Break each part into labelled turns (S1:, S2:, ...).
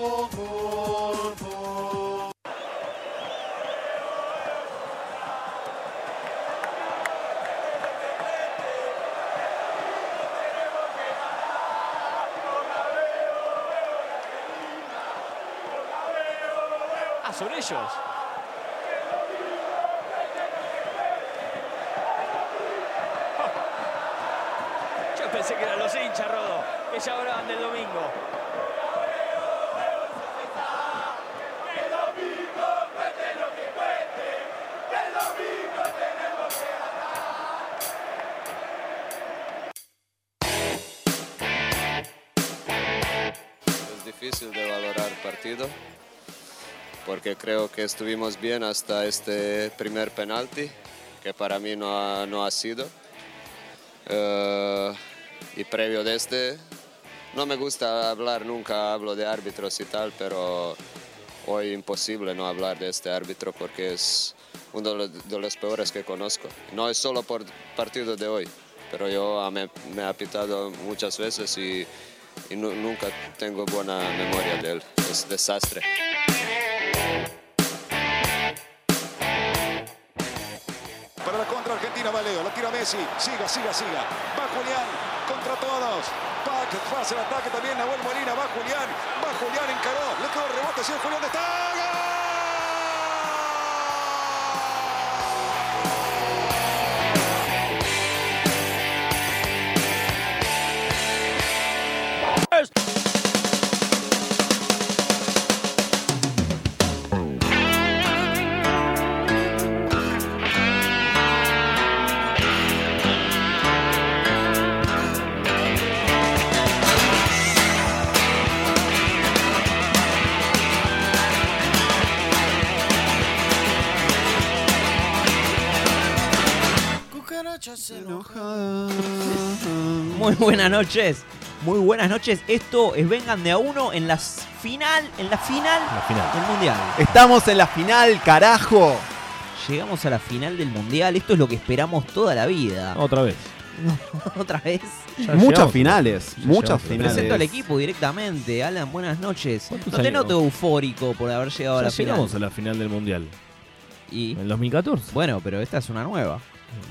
S1: Cuatro gordos.
S2: Ah, son ellos. Yo pensé que eran los hinchas, Rodo, que ya hablaban del domingo.
S3: Es difícil de valorar partido porque creo que estuvimos bien hasta este primer penalti que para mí no ha, no ha sido. Eh, y previo de este, no me gusta hablar, nunca hablo de árbitros y tal, pero hoy imposible no hablar de este árbitro porque es uno de los, de los peores que conozco. No es solo por partido de hoy, pero yo ah, me, me ha pitado muchas veces y, y nu- nunca tengo buena memoria de él. Es desastre.
S1: Para la contra Argentina va Leo, la tira Messi, siga, siga, siga. Va Julián contra todos. Pac pasa el ataque también, Nahuel Molina, va Julián, va Julián, encaró, le quedó el rebote, sigue Julián, está ¡Gol!
S4: Muy buenas noches. Muy buenas noches. Esto es Vengan de a uno en la s- final, en la final
S5: La final.
S4: del mundial.
S5: Estamos en la final, carajo.
S4: Llegamos a la final del mundial. Esto es lo que esperamos toda la vida.
S6: Otra vez.
S4: Otra vez.
S6: Ya
S5: muchas
S6: llegamos.
S5: finales,
S6: Ya
S5: muchas
S6: llegamos.
S5: finales.
S4: Presento al equipo directamente. Alan, buenas noches. No
S6: ¿Cuántos
S4: te
S6: años?
S4: noto eufórico por haber llegado a
S6: Ya
S4: la final.
S6: llegamos a la final del mundial.
S4: Y
S6: En 2014.
S4: bueno, pero esta es una nueva.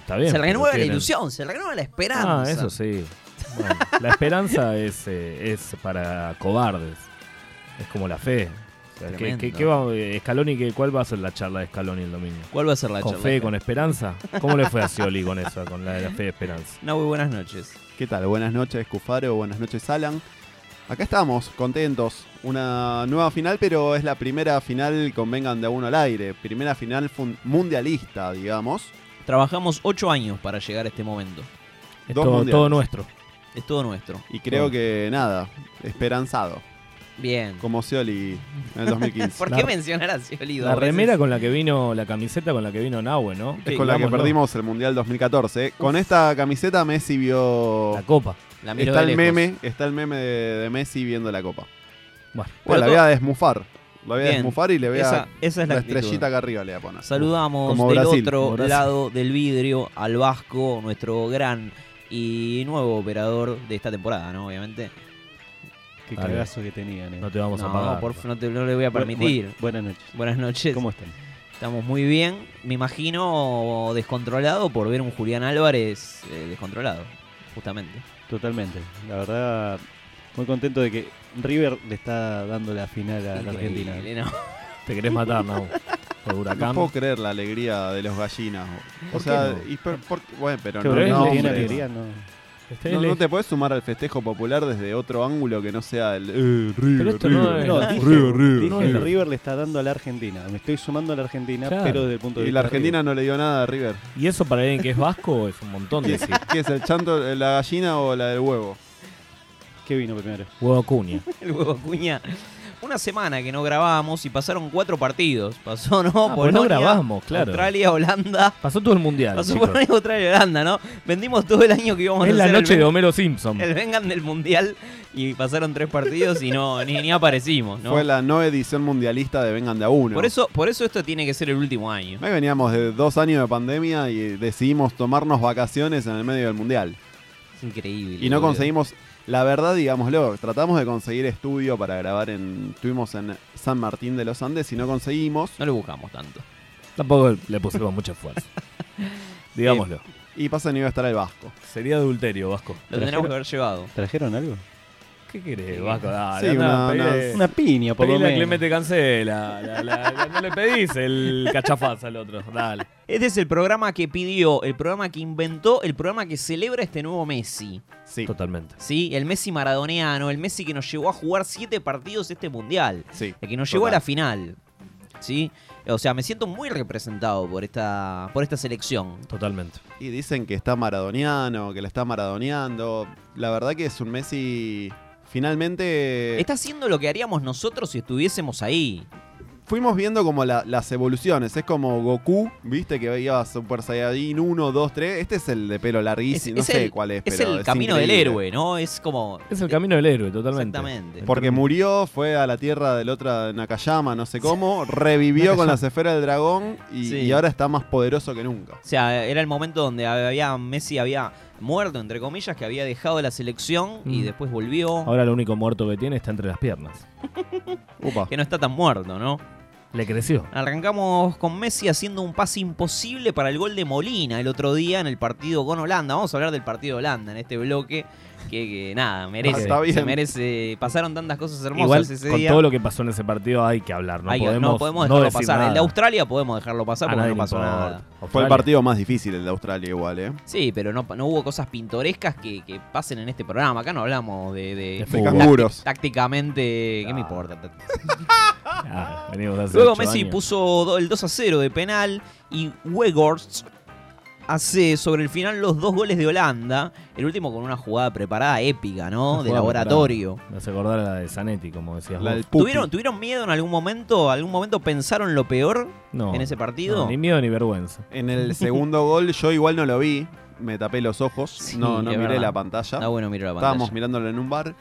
S6: Está bien.
S4: se
S6: pero
S4: renueva la
S6: tienen-
S4: ilusión, se renueva la esperanza.
S6: Ah, eso sí. Bueno, la esperanza es, eh, es para cobardes. Es como la fe. O sea, ¿qué-
S4: Tremendo.
S6: qué, qué va, eh, Scaloni, qué- ¿Cuál va a ser la charla de Scaloni el domingo?
S4: ¿Cuál va a ser la
S6: ¿Con
S4: charla?
S6: fe, con esperanza? ¿Cómo le fue a Scioli con eso, con la de la fe y esperanza?
S4: No, muy buenas noches.
S5: ¿Qué tal? Buenas noches, Cufaro. Buenas noches, Alan. Acá estamos, contentos. Una nueva final, pero es la primera final con Vengan de a uno al aire. Primera final fun- mundialista, digamos.
S4: Trabajamos ocho años para llegar a este momento.
S6: Es
S5: Dos
S6: todo,
S5: mundiales.
S6: todo nuestro.
S4: Es todo nuestro.
S5: Y creo
S6: Bueno.
S5: que nada, esperanzado.
S4: Bien.
S5: Como Scioli en el 2015.
S4: ¿Por
S6: La-
S4: qué mencionar a Scioli dos
S6: La
S4: veces?
S6: remera con la que vino, la camiseta con la que vino Nahue, ¿no?
S5: es con la que
S6: Digámoslo.
S5: perdimos el Mundial 2014. Eh, Con esta camiseta Messi vio...
S6: La copa.
S4: La miró
S5: Está
S4: de
S5: el
S4: lejos.
S5: meme, está el meme de, de Messi viendo la copa.
S6: Bueno,
S5: Bueno, la
S4: todo-
S5: voy a desmufar. La voy a
S4: Bien.
S5: desmufar y le voy a
S4: Esa, esa es la,
S5: la
S4: actitud.
S5: estrellita acá arriba le voy a poner.
S4: Saludamos
S5: Como
S4: del
S5: Brasil,
S4: otro
S5: como Brasil.
S4: lado del vidrio al Vasco, nuestro gran y nuevo operador de esta temporada, ¿no? Obviamente.
S7: Qué
S6: Dale.
S7: cagazo que tenían. eh.
S6: no te vamos a
S4: no,
S6: pagar.
S4: por- no, te- no le voy a
S7: Bu-
S4: permitir.
S7: bu- buenas noches.
S4: Buenas noches.
S7: ¿Cómo están?
S4: Estamos muy bien. Me imagino descontrolado por ver un Julián Álvarez eh, descontrolado, justamente.
S7: Totalmente. La verdad, muy contento de que River le está dando la final a la Argentina.
S4: Increíble, ¿no?
S6: Te querés matar, Nahue. Por
S5: No
S6: huracán.
S5: puedo creer la alegría de los gallinas. O
S6: ¿Por qué
S5: sea,
S6: no?
S5: y per- por- bueno, pero
S7: Yo
S5: no,
S7: creo que
S5: no,
S7: tiene
S5: hombre.
S7: alegría, no.
S6: Este
S5: No,
S6: es
S5: no te puedes sumar al festejo popular desde otro ángulo que no sea el eh,
S6: Pero
S5: River,
S6: esto
S5: River,
S6: no es-
S7: No,
S5: River,
S7: dije,
S5: River,
S7: dije,
S5: River, River.
S7: River le está dando a la Argentina. Me estoy sumando a la Argentina,
S6: Claro.
S7: pero desde el punto de
S5: Y
S7: vista
S5: la Argentina no le dio nada a River.
S6: Y eso para alguien que es vasco es un montón
S5: ¿Qué,
S6: de decir.
S5: qué es el chanto, eh, la gallina o la del huevo?
S7: River. ¿Qué vino primero?
S6: Huevo cuña.
S4: El huevo cuña. una semana que no grabábamos y pasaron cuatro partidos. Pasó, ¿no?
S6: Ah, pues no grabamos, claro.
S4: Australia, Holanda.
S6: Pasó todo el mundial.
S4: Pasó
S6: chicos.
S4: Polonia, Australia, Holanda, ¿no? Vendimos todo el año que íbamos
S6: Es
S4: a
S6: la
S4: hacer el
S6: noche de
S4: ven-
S6: Homero Simpson.
S4: el vengan del mundial y pasaron tres partidos y no ni, ni aparecimos, ¿no?
S5: Fue la no edición mundialista de Vengan de a uno.
S4: Por eso, por eso esto tiene que ser el último año.
S5: Ahí veníamos de dos años de pandemia y decidimos tomarnos vacaciones en el medio del mundial.
S4: Es increíble.
S5: Y no
S4: boludo.
S5: conseguimos, la verdad, digámoslo, tratamos de conseguir estudio para grabar en. Estuvimos en San Martín de los Andes y no conseguimos.
S4: No lo buscamos tanto.
S6: Tampoco le pusimos mucha fuerza. Digámoslo.
S5: Y pasa ni iba a estar el Vasco.
S6: Sería adulterio, Vasco.
S4: Lo tendríamos que haber llevado.
S7: ¿Trajeron algo?
S6: ¿Qué querés, Vasco? Dale,
S5: Sí,
S6: anda,
S5: una-
S6: pedile-
S7: Una piña, por lo
S6: pedile a
S7: menos.
S6: Clemente Cancela. la- la- la- no le pedís el cachafaz al otro. Dale.
S4: Este es el programa que pidió, el programa que inventó, el programa que celebra este nuevo Messi.
S5: Sí.
S6: Totalmente.
S4: ¿Sí? El Messi maradoneano, el Messi que nos llevó a jugar siete partidos este mundial.
S5: Sí.
S4: El que nos llevó a la
S5: Total.
S4: final. ¿Sí? O sea, me siento muy representado por esta, por esta selección.
S6: Totalmente.
S5: Y dicen que está maradoniano, que la está maradoneando. La verdad que es un Messi. Finalmente.
S4: Está haciendo lo que haríamos nosotros si estuviésemos ahí.
S5: Fuimos viendo como la- las evoluciones. Es como Goku, viste, que iba a Super Saiyajin 1, 2, 3. Este es el de pelo larguísimo. no sé
S4: el,
S5: cuál es,
S4: es
S5: pero
S4: el camino del
S5: increíble.
S4: héroe, ¿no? Es como.
S6: Es el camino del héroe, totalmente.
S4: Exactamente.
S5: Porque murió, fue a la tierra del otra Nakayama, no sé cómo, revivió con las esferas del dragón y,
S4: Sí.
S5: y ahora está más poderoso que nunca.
S4: O sea, era el momento donde había Messi había muerto, entre comillas, que había dejado la selección y
S6: Mm.
S4: después volvió.
S6: Ahora lo único muerto que tiene está entre las piernas.
S5: Upa.
S4: Que no está tan muerto, ¿no?
S6: Le creció.
S4: Arrancamos con Messi haciendo un pase imposible para el gol de Molina el otro día en el partido con Holanda. Vamos a hablar del partido de Holanda en este bloque. Que, que nada, merece.
S5: Está bien.
S4: Se merece. Pasaron tantas cosas hermosas
S6: Igual,
S4: ese
S6: con
S4: día.
S6: todo lo que pasó en ese partido hay que hablar. No
S4: Ay,
S6: podemos,
S4: no podemos dejarlo
S6: decir
S4: pasar. El de
S6: nada.
S4: Australia podemos dejarlo
S6: A
S4: pasar porque
S6: nadie
S4: no
S6: le
S4: pasó
S6: importa.
S4: nada.
S5: Fue el
S6: Australia.
S5: partido más difícil el de Australia igual, ¿eh?
S4: Sí, pero no, no hubo cosas pintorescas que, que pasen en este programa. Acá no hablamos de, de-
S6: De
S5: Fecas
S6: Fútbol.
S5: muros.
S4: tácticamente. ¿Qué me
S6: Ah.
S4: importa?
S6: Ah, venimos de hace
S4: Luego
S6: ocho
S4: Messi
S6: años.
S4: puso do- el 2 a 0 de penal y Weghorst hace sobre el final los dos goles de Holanda. El último con una jugada preparada épica,
S6: Una
S4: ¿no? De
S6: jugada
S4: laboratorio.
S6: preparada. Me hace acordar a la de Zanetti, como decías
S5: La del
S6: vos.
S5: Pupi.
S4: ¿Tuvieron, ¿Tuvieron miedo en algún momento? ¿Algún momento pensaron lo peor
S6: No,
S4: en ese partido?
S6: no, ni miedo ni vergüenza.
S5: En el segundo gol yo igual no lo vi, me tapé los ojos,
S4: Sí,
S5: no, no
S4: es
S5: miré
S4: verdad.
S5: la pantalla.
S4: Está bueno, miro la pantalla.
S5: Estábamos mirándolo en un bar.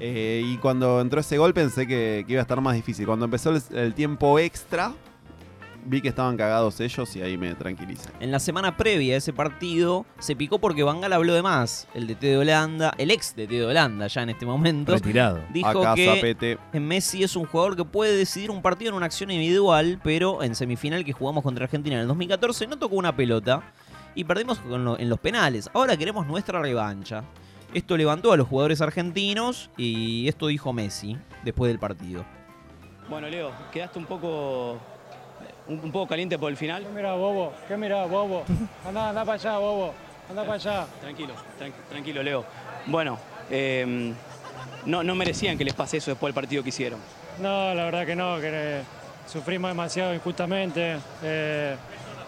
S5: eh, y cuando entró ese gol pensé que, que iba a estar más difícil. Cuando empezó el, el tiempo extra, vi que estaban cagados ellos y ahí me tranquilicé.
S4: En la semana previa a ese partido se picó porque Bangal habló de más. El DT de Holanda, el ex DT de Holanda ya en este momento,
S6: Retirado.
S4: dijo
S5: Acá
S4: que
S5: Zapete.
S4: Messi es un jugador que puede decidir un partido en una acción individual, pero en semifinal que jugamos contra Argentina en el 2014 no tocó una pelota y perdimos con lo- en los penales. Ahora queremos nuestra revancha. Esto levantó a los jugadores argentinos y esto dijo Messi después del partido.
S2: Bueno, Leo, quedaste un poco, un, un poco caliente por el final.
S8: Mira, bobo, ¿qué mira, bobo? Anda, anda para allá, bobo. Anda para allá.
S2: Tranquilo, tran- tranquilo, Leo. Bueno, eh, no, no merecían que les pase eso después del partido que hicieron.
S8: No, la verdad que no, que eh, sufrimos demasiado injustamente. Eh,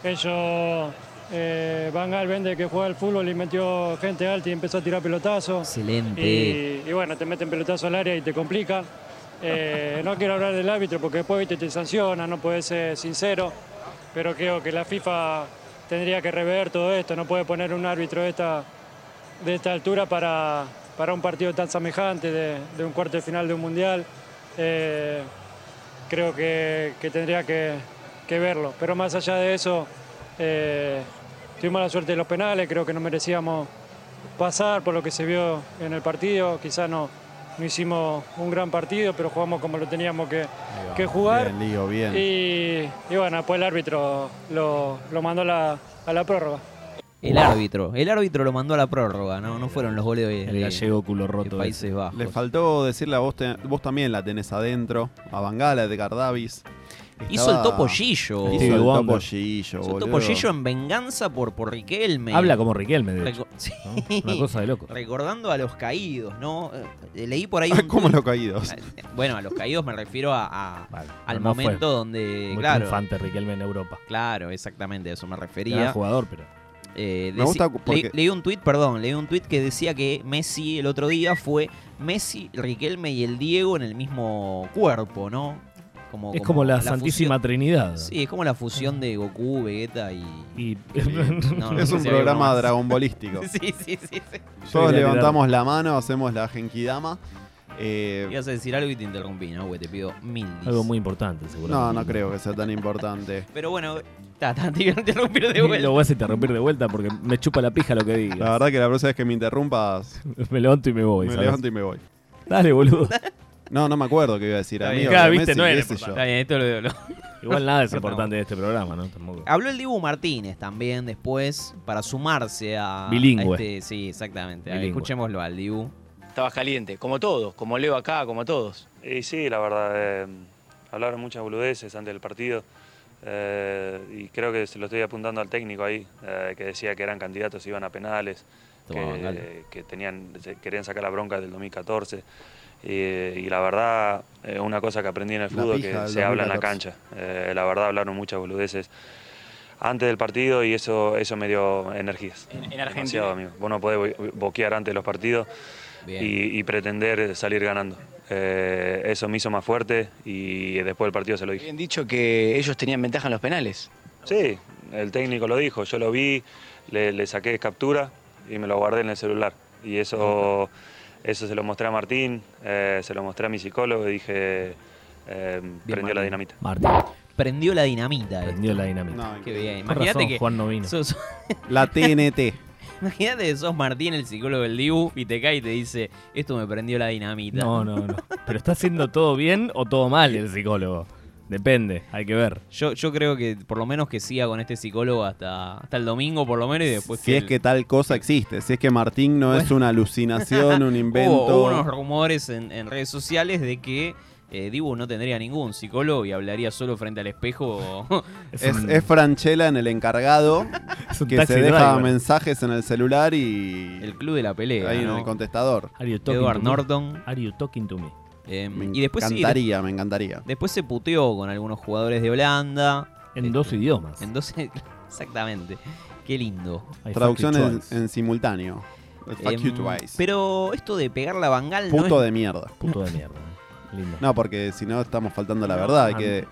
S8: ellos, eh, Van Gaal vende que juega al fútbol y metió gente alta y empezó a tirar pelotazos.
S4: Excelente.
S8: Y, y bueno, te meten pelotazo al área y te complica. Eh, no quiero hablar del árbitro porque después viste, te sanciona, no puedes ser sincero. Pero creo que la FIFA tendría que rever todo esto. No puede poner un árbitro de esta, de esta altura para, para un partido tan semejante, de, de un cuarto de final de un mundial. Eh, creo que, que tendría que, que verlo. Pero más allá de eso, eh, tuvimos la suerte de los penales, creo que no merecíamos pasar por lo que se vio en el partido. Quizás no, no hicimos un gran partido, pero jugamos como lo teníamos que, que jugar.
S5: Bien, Lío, bien.
S8: Y, y bueno, después el árbitro lo, lo mandó a la, a la prórroga.
S4: El árbitro. El árbitro lo mandó a la prórroga, ¿no? No fueron los goles de,
S6: El
S4: de-
S6: gallego culo
S4: de
S6: roto. ese.
S4: Países Bajos.
S5: Le faltó decirle a vos, te- vos también la tenés adentro, a Bangala, Edgar Davis.
S4: Hizo el
S5: Estaba-
S4: topollillo.
S5: Hizo
S6: Stevie
S5: el
S6: Wonder.
S5: topollillo,
S4: Hizo el
S5: boludo.
S4: topollillo en venganza por, por Riquelme.
S6: Habla como Riquelme, de hecho,
S4: Reco- Sí.
S6: ¿no? Una cosa de loco.
S4: Recordando a los caídos, ¿no? Eh, Leí por ahí.
S5: Ah,
S4: un-
S5: ¿Cómo los caídos?
S4: Bueno, a los caídos me refiero a, a-
S6: Vale,
S4: al
S6: no fue
S4: momento donde.
S6: Muy
S4: claro.
S6: triunfante Riquelme en Europa.
S4: Claro, exactamente, a eso me
S6: Gran
S4: refería.
S6: jugador, pero.
S4: Eh,
S5: Me
S4: deci-
S5: gusta
S4: le-
S5: porque-
S4: leí un tweet, perdón, leí un tweet que decía que Messi el otro día fue Messi, Riquelme y el Diego en el mismo cuerpo, ¿no?
S6: Es como la, Santísima Trinidad.
S4: fusión- sí, es como la fusión de Goku, Vegeta y.
S6: Y
S4: no, no
S5: Es
S4: sé
S5: un
S4: si hay uno
S5: programa
S4: más.
S5: dragonbolístico.
S4: Sí, sí, sí. sí.
S5: Todos
S6: Yo
S5: levantamos la mano, hacemos la genkidama. Eh,
S4: Ibas a decir algo y te interrumpí, ¿no? Güey, te pido mil. dis.
S6: algo muy importante,
S5: no,
S6: seguramente.
S5: no creo que sea tan importante.
S4: Pero bueno, ta, ta, te iba a interrumpir de
S6: Y
S4: vuelta.
S6: Lo voy a interrumpir de vuelta porque me chupa la pija lo que digas.
S5: La verdad que la próxima vez que me interrumpas,
S6: Me levanto y me voy.
S5: me
S6: ¿sabes?
S5: levanto y me voy.
S6: Dale, boludo.
S5: No, no me acuerdo qué iba a decir.
S4: Está
S5: Amigo,
S4: bien.
S6: Acá,
S5: de
S6: viste,
S5: Messi,
S6: no
S5: qué
S6: era
S5: sé yo.
S4: Está bien, esto lo, lo-
S6: Igual nada es
S4: No.
S6: importante de este programa, ¿no? Tampoco.
S4: Habló el Dibu Martínez también después para sumarse a.
S6: Bilingüe.
S4: a este- sí, exactamente. A ver,
S6: Bilingüe.
S4: escuchémoslo al Dibu.
S2: Estabas caliente, como todos, como Leo acá, como todos.
S9: Y sí, la verdad, eh, hablaron muchas boludeces antes del partido eh, y creo que se lo estoy apuntando al técnico ahí, eh, que decía que eran candidatos, iban a penales,
S4: Toma, dale.
S9: que, que tenían, se- querían sacar la bronca del 2014. Y, y la verdad, eh, una cosa que aprendí en el
S5: La
S9: fútbol,
S5: pija
S9: que
S5: del
S9: se habla en la
S5: 2014.
S9: cancha. Eh, la verdad, hablaron muchas boludeces antes del partido y eso, eso me dio energías.
S2: En- en Argentina.
S9: Demasiado, amigo. Vos no podés bo- boquear antes de los partidos
S4: Bien.
S9: y, y pretender salir ganando. Eh, eso me hizo más fuerte y después del partido se lo dije.
S2: Habían dicho que ellos tenían ventaja en los penales.
S9: Sí, el técnico lo dijo, yo lo vi, le, le saqué captura y me lo guardé en el celular. Y eso, eso se lo mostré a Martín, eh, se lo mostré a mi psicólogo y dije, eh, prendió
S4: Martín.
S9: la dinamita.
S6: Martín,
S4: Prendió la dinamita. eh.
S6: prendió la dinámica.
S5: No,
S4: Qué bien.
S6: Con
S4: Imagínate
S6: razón,
S4: que.
S6: Juan no vino.
S4: sos-
S5: La TNT.
S4: Imagínate que sos Martín, el psicólogo del Dibu, y te cae y te dice, esto me prendió la dinamita.
S6: No, no, no. Pero está haciendo todo bien o todo mal el psicólogo. Depende, hay que ver.
S4: Yo, yo creo que por lo menos que siga con este psicólogo hasta, hasta el domingo, por lo menos, y después
S5: si es
S4: él-
S5: que tal cosa existe, si es que Martín no es una alucinación, un
S4: Hubo, hubo unos
S5: invento.
S4: rumores en, en redes sociales de que eh, Dibu no tendría ningún psicólogo y hablaría solo frente al espejo.
S6: Es,
S5: Es,
S6: un-
S5: es Franchella en el encargado
S6: es un
S5: que
S6: taxi
S5: se deja
S6: driver.
S5: mensajes en el celular y
S4: el club de la pelea,
S5: ahí en
S4: ¿no?
S5: el contestador.
S6: Are you talking
S4: Edward
S6: to me?
S4: Norton.
S6: Are you talking to me?
S4: eh,
S5: Me
S4: y después sí, de-
S5: encantaría, me encantaría.
S4: después se puteó con algunos jugadores de Holanda.
S6: En
S4: Este,
S6: dos idiomas.
S4: En dos- exactamente. Qué lindo.
S6: I fuck
S5: Traducción
S6: you
S5: en,
S6: twice.
S5: en simultáneo. Fuck you
S4: Em,
S5: twice.
S4: Pero esto de pegar la bangal no
S5: Puto
S4: es-
S5: de mierda.
S6: Puto de mierda. Lindo.
S5: No, porque si no estamos faltando a la
S6: No,
S5: verdad. hay
S6: am-
S5: que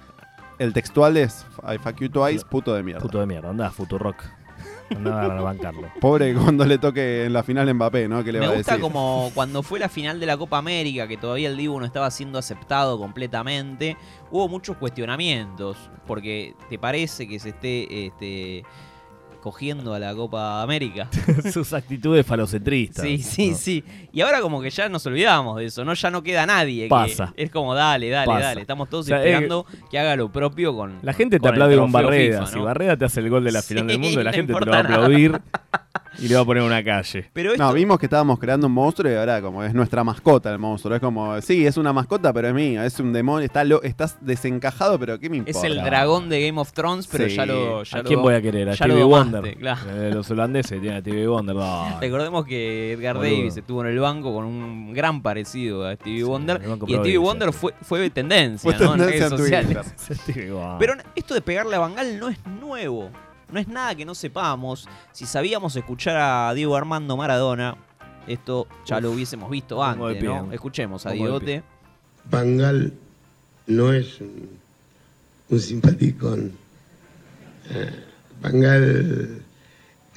S5: El textual es I fuck you twice, puto de mierda.
S6: Puto de mierda. Andá, Futurock. Andá a bancarlo.
S5: Pobre que cuando le toque en la final Mbappé, ¿no? ¿Qué le va
S4: Me
S5: a
S4: gusta
S5: decir?
S4: como cuando fue la final de la Copa América, que todavía el Dibu no estaba siendo aceptado completamente, hubo muchos cuestionamientos, porque te parece que se esté este, cogiendo a la Copa América.
S6: Sus actitudes falocentristas.
S4: Sí, sí,
S6: ¿no?
S4: sí. Y ahora como que ya nos olvidamos de eso, ¿no? Ya no queda nadie. que
S6: Pasa.
S4: es como, dale, dale,
S6: Pasa.
S4: dale. Estamos todos
S6: O sea,
S4: esperando que haga lo propio con...
S6: La gente te
S4: con el
S6: aplaude con
S4: trofeo
S6: Barreda.
S4: FIFA,
S6: Si
S4: ¿no?
S6: Barreda te hace el gol de la final del
S4: Sí,
S6: mundo, la
S4: no
S6: gente te lo va
S4: importa
S6: a
S4: nada.
S6: aplaudir y le va a poner una calle.
S4: Pero esto,
S5: No, vimos que estábamos creando un monstruo y ahora como es nuestra mascota el monstruo. Es como, sí, es una mascota, pero es mía, es un demonio, está lo, estás desencajado, pero ¿qué me importa?
S4: es el dragón de Game of Thrones, pero
S5: Sí.
S4: ya lo... Ya
S6: ¿A
S4: lo-
S6: quién voy a querer? A
S4: ya lo
S6: Stevie
S4: domaste,
S6: Wonder.
S4: claro.
S6: Eh, Los holandeses tienen a Stevie Wonder. dale.
S4: Recordemos que Edgar
S6: Boludo.
S4: Davis estuvo en el banco con un gran parecido a Stevie
S6: Sí,
S4: Wonder.
S6: el banco
S4: Y Stevie
S6: Providencia.
S4: Wonder fue, fue tendencia,
S5: Fue
S4: ¿no?
S5: tendencia
S4: en
S5: en
S4: redes sociales.
S5: Twitter.
S6: Es Stevie Wonder.
S4: Pero esto de pegarle a Bangal no es nuevo. No es nada que no sepamos. Si sabíamos escuchar a Diego Armando Maradona, esto ya lo hubiésemos visto
S6: pongo de
S4: antes,
S6: pie,
S4: ¿no?
S6: eh.
S4: Escuchemos a
S6: Pongo de
S4: Diegote.
S10: Bangal no es un, un simpaticón. Eh, Bangal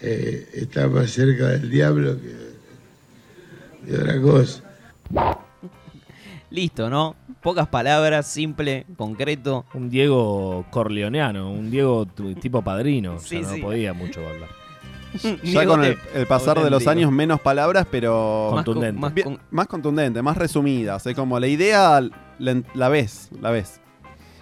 S10: eh, está más cerca del diablo que de otra cosa.
S4: Listo, ¿no? Pocas palabras, simple, concreto.
S6: Un Diego corleoneano, un Diego tu- tipo padrino. o sea,
S4: Sí,
S6: no
S4: sí.
S6: podía mucho hablar.
S5: Ya con el,
S4: Diegote,
S5: el pasar de los
S4: auténtico.
S5: años, menos palabras, pero
S4: Más
S5: más,
S4: con-
S6: contundente.
S4: más con-
S5: contundente, más resumidas. Es como la idea la, en- la ves, la ves.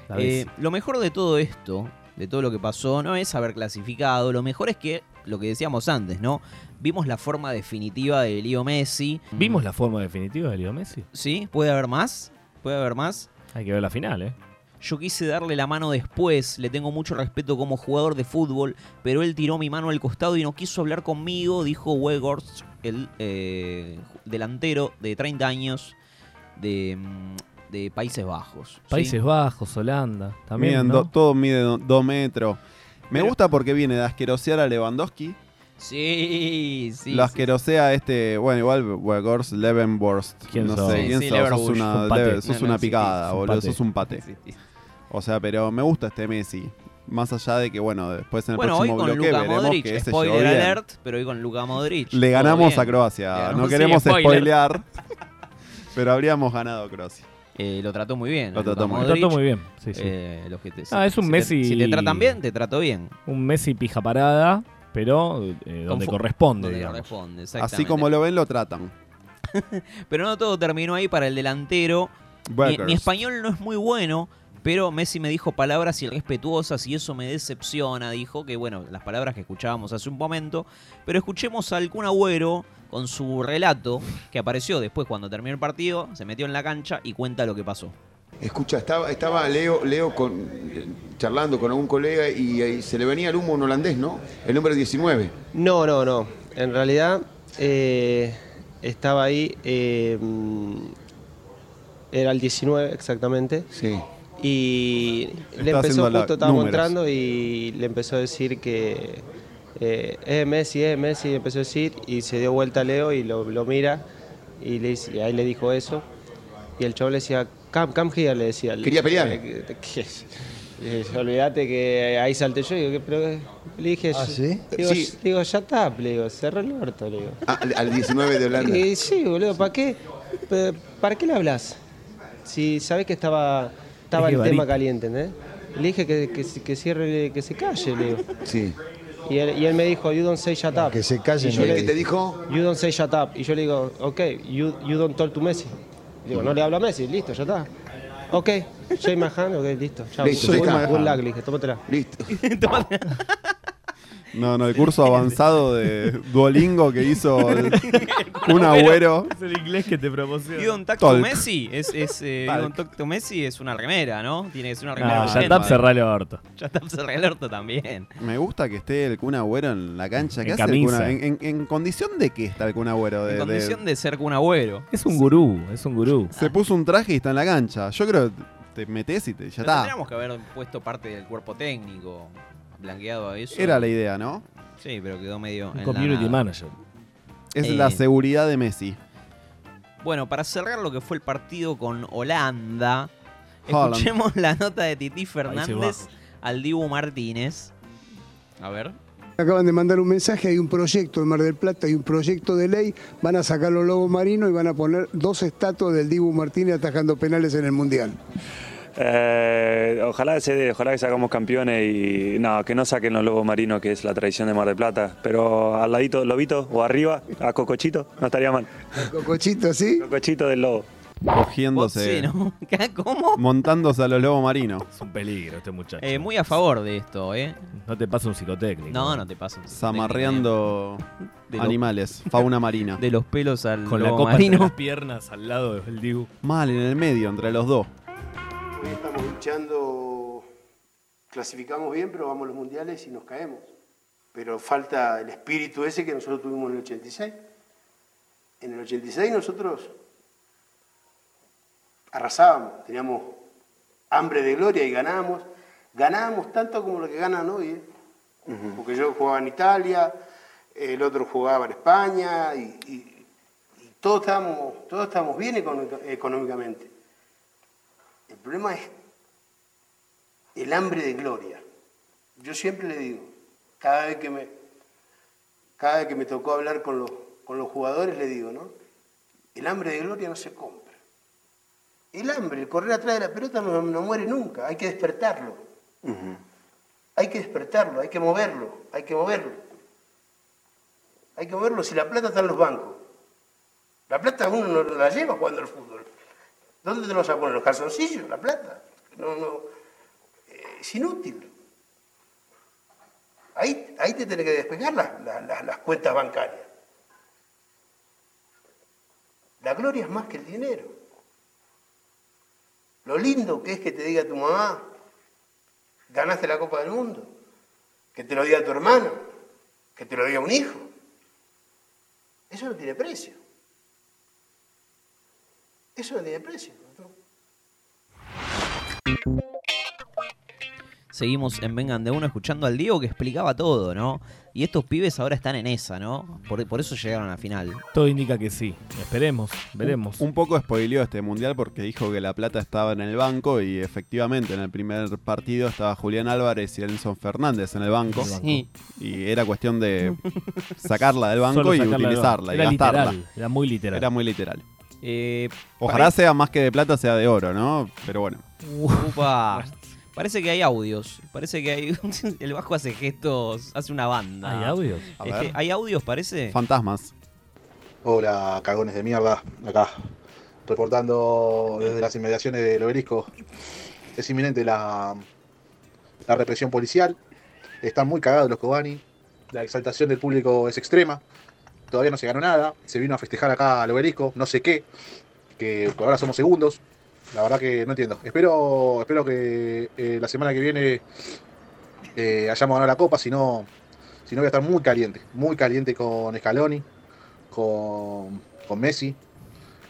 S6: La vez.
S4: Eh, lo mejor de todo esto, de todo lo que pasó, no es haber clasificado. Lo mejor es que, lo que decíamos antes, ¿no? Vimos la forma definitiva de Leo Messi.
S6: Mm. ¿Vimos la forma definitiva de Leo Messi?
S4: ¿Sí? ¿Puede haber más? ¿Puede haber más?
S6: Hay que ver la final, ¿eh?
S4: Yo quise darle la mano después, le tengo mucho respeto como jugador de fútbol, pero él tiró mi mano al costado y no quiso hablar conmigo, dijo Wegors, el eh, delantero de 30 años de, mm, de Países Bajos. eh, ¿sí?
S6: Países Bajos, Holanda. También.
S5: Miden
S6: ¿no?
S5: do- todo mide do- dos metros. Me
S6: Pero-
S5: gusta porque viene de asquerosear a Lewandowski.
S4: Sí, sí.
S5: lo
S4: sí.
S5: asquerosea este. Bueno, igual Wegors Levenborst.
S4: ¿Quién
S5: no
S4: sos?
S5: sé
S4: Sí,
S5: quién
S4: sí,
S5: sos.
S4: Levenborst,
S5: sos una,
S4: un pate.
S5: Leve- sos
S4: No, no
S5: una
S4: existís.
S5: picada,
S4: Un
S5: boludo.
S4: pate.
S5: Sos un pate. O sea, pero me gusta este Messi. Más allá de que, bueno, después en el
S4: Bueno, hoy
S5: próximo
S4: con
S5: bloque
S4: Luka
S5: veremos
S4: Modric,
S5: que este llegó
S4: spoiler
S5: bien.
S4: alert, pero hoy con Luka Modric.
S5: Le
S4: todo
S5: ganamos
S4: bien.
S5: a
S4: Le
S5: Croacia.
S4: ganamos,
S5: No
S4: sí,
S5: queremos
S4: spoiler.
S5: spoilear, pero habríamos ganado a Croacia.
S4: Eh, lo trató muy bien.
S5: Lo
S4: a Luka
S5: trató muy
S4: Modric.
S5: bien.
S6: Lo trató muy bien, sí, sí.
S4: Eh, el ojete, sí.
S6: Ah, es un
S4: Si te-
S6: Messi.
S4: si te tratan bien, te trato bien.
S6: Un Messi pija parada, pero eh, donde
S4: Confu-
S6: corresponde.
S4: donde
S6: digamos.
S4: corresponde,
S5: Así
S4: exactamente.
S5: como lo ven, lo tratan.
S4: Pero no todo terminó ahí para el delantero. Mi,
S5: Bergers.
S4: mi español no es muy bueno, pero Messi me dijo palabras irrespetuosas y eso me decepciona. Dijo que, bueno, las palabras que escuchábamos hace un momento. Pero escuchemos al Kun Agüero con su relato que apareció después cuando terminó el partido, se metió en la cancha y cuenta lo que pasó.
S11: Escucha, estaba, estaba Leo, Leo con, charlando con algún colega y, ahí se le venía el humo a un holandés, ¿no? El número 19.
S12: No, no, no. En realidad eh, estaba ahí, eh, era el 19 exactamente.
S11: Sí.
S12: Y le
S11: Está
S12: empezó
S11: haciendo la-
S12: justo, estábamos
S11: números.
S12: entrando y le empezó a decir que eh, es Messi, es Messi, y empezó a decir y se dio vuelta a Leo y lo, lo mira y, le, dice- y ahí le dijo eso. Y el chavo le decía, come, come here", le decía.
S11: Quería pelear.
S12: Eh, ¿qué? Eh, olvídate que ahí salté yo y digo, "¿Qué? pero le dije,
S11: ¿Ah,
S12: yo-
S11: sí?
S12: digo,
S11: Sí.
S12: "Yo- digo, ya está, le digo, cerró el orto, le digo.
S11: Ah, Al, al 19 de Holanda.
S12: Y sí, boludo, ¿para qué? Pa- ¿Para qué le hablas? Si sabés que estaba, estaba
S11: Es que
S12: el tema
S11: varita.
S12: caliente, ¿entendés? Le dije que, que, se- que cierre, que se calle, le digo.
S11: Sí.
S12: Y él, y él me dijo, you don't say shut up. Que
S11: se calle,
S12: ¿Y
S11: no le ¿Qué te dijo?
S12: You don't say shut up. Y yo le digo, ok, you, you don't talk to Messi. Le digo, no le hablo a Messi, listo, ya está. Ok, Jay Mahan, ok, listo. Chao.
S11: Listo, ya
S12: Good-
S11: está.
S12: good luck, le dije, tómatela.
S11: Listo.
S5: No, no, el curso avanzado de Duolingo que hizo el- un agüero.
S4: Es el inglés que te promociona. You don't talk to
S5: Talk.
S4: Messi. Es, es, eh, you
S5: Talk.
S4: don't talk to Messi es una remera, ¿no? Tiene que ser una
S6: Ah,
S4: remera.
S6: shut up, cerrá el orto.
S4: Shut up, cerrá el orto también.
S5: Me gusta que esté el Kun Agüero en la cancha. ¿Qué
S4: En
S5: hace el Kun
S4: camisa.
S5: Agüero? ¿En, en- en condición de qué está el Kun Agüero? De-
S4: En
S5: de-
S4: condición de ser Kun Agüero.
S6: Es un gurú, es un gurú.
S5: Se puso un traje y está en la cancha. Yo creo que te metes y te, ya
S4: Pero
S5: está.
S4: Tendríamos que haber puesto parte del cuerpo técnico, blanqueado a eso.
S5: Era la idea, ¿no?
S4: Sí, pero quedó medio. en la
S6: community
S4: nada.
S6: manager.
S5: Es
S4: Eh.
S5: la seguridad de Messi.
S4: Bueno, para cerrar lo que fue el partido con Holanda,
S5: Holland.
S4: escuchemos la nota de Titi
S13: Países
S4: Fernández al Dibu Martínez. A ver.
S13: Acaban de mandar un mensaje, hay un proyecto en Mar del Plata, hay un proyecto de ley, van a sacar los lobos marinos y van a poner dos estatuas del Dibu Martínez atajando penales en el Mundial.
S9: Eh, ojalá se dé, ojalá que sacamos campeones y no, que no saquen los lobos marinos, que es la tradición de Mar del Plata. Pero al ladito del lobito o arriba, a Cocochito, no estaría mal.
S13: Cocochito, ¿sí?
S9: Cocochito del lobo.
S5: Cogiéndose.
S4: ¿Cómo?
S5: Montándose a los lobos marinos.
S6: Es un peligro este muchacho.
S4: Eh, muy a favor de esto, ¿eh?
S6: No te pasa un psicotécnico.
S4: No, no te pasa. un-
S5: Zamarreando
S4: De lo-
S5: animales, fauna marina.
S4: De los pelos al
S6: Con la
S4: lobo
S6: copa entre
S4: marino.
S6: las piernas al lado del Dibu.
S5: Mal, en el medio, entre los dos.
S14: Estamos luchando, clasificamos bien, pero vamos a los mundiales y nos caemos. Pero falta el espíritu ese que nosotros tuvimos en el 86. En el 86 nosotros arrasábamos, teníamos hambre de gloria y ganábamos. Ganábamos tanto como lo que ganan hoy. ¿eh? Porque yo jugaba en Italia, el otro jugaba en España y, y- y todos, estábamos, todos estábamos bien económica- económicamente. El problema es el hambre de gloria. Yo siempre le digo, cada vez que me, cada vez que me tocó hablar con los, con los jugadores, le digo, ¿no? El hambre de gloria no se compra. El hambre, el correr atrás de la pelota no, no muere nunca, hay que despertarlo. Hay que despertarlo, hay que moverlo, hay que moverlo. Hay que moverlo si la plata está en los bancos. La plata uno no la lleva jugando al fútbol. ¿Dónde te los sacó? ¿En los calzoncillos? ¿La plata? No, no. eh, Es inútil. Ahí, ahí te tenés que despegar las, las- las- las cuentas bancarias. La gloria es más que el dinero. Lo lindo que es que te diga tu mamá, ganaste la Copa del Mundo. Que te lo diga tu hermano. Que te lo diga un hijo. Eso no tiene precio. Eso no tiene precio.
S4: Seguimos en Vengan de Uno escuchando al Diego que explicaba todo, ¿no? Y estos pibes ahora están en esa, ¿no? Por, por eso llegaron a la final.
S6: Todo indica que sí. Esperemos, veremos.
S5: Un, un poco spoileó este mundial porque dijo que la plata estaba en el banco y efectivamente en el primer partido estaba Julián Álvarez y Nelson Fernández en el banco.
S4: Sí.
S5: Y era cuestión de sacarla del banco
S6: Solo
S5: y
S6: sacarla del
S5: utilizarla
S6: banco.
S5: y
S6: Era
S5: gastarla.
S6: literal, era muy literal.
S5: Era muy literal.
S4: Eh,
S5: Ojalá
S4: pare-
S5: sea más que de plata, sea de oro, ¿no? Pero bueno.
S4: Upa. Parece que hay audios. Parece que hay. El Vasco hace gestos, hace una banda.
S5: ¿Hay audios?
S4: Es
S5: A
S4: que
S5: ver.
S4: ¿Hay audios, parece?
S5: Fantasmas.
S15: Hola, cagones de mierda, acá. Reportando desde las inmediaciones del obelisco. Es inminente la, la represión policial. Están muy cagados los Kobani. La exaltación del público es extrema. Todavía no se ganó nada. Se vino a festejar acá al obelisco, no sé qué. Que por ahora somos segundos. La verdad que no entiendo. Espero, espero que eh, la semana que viene eh, hayamos ganado la copa. Si no, si no, voy a estar muy caliente. Muy caliente con Scaloni con, con Messi,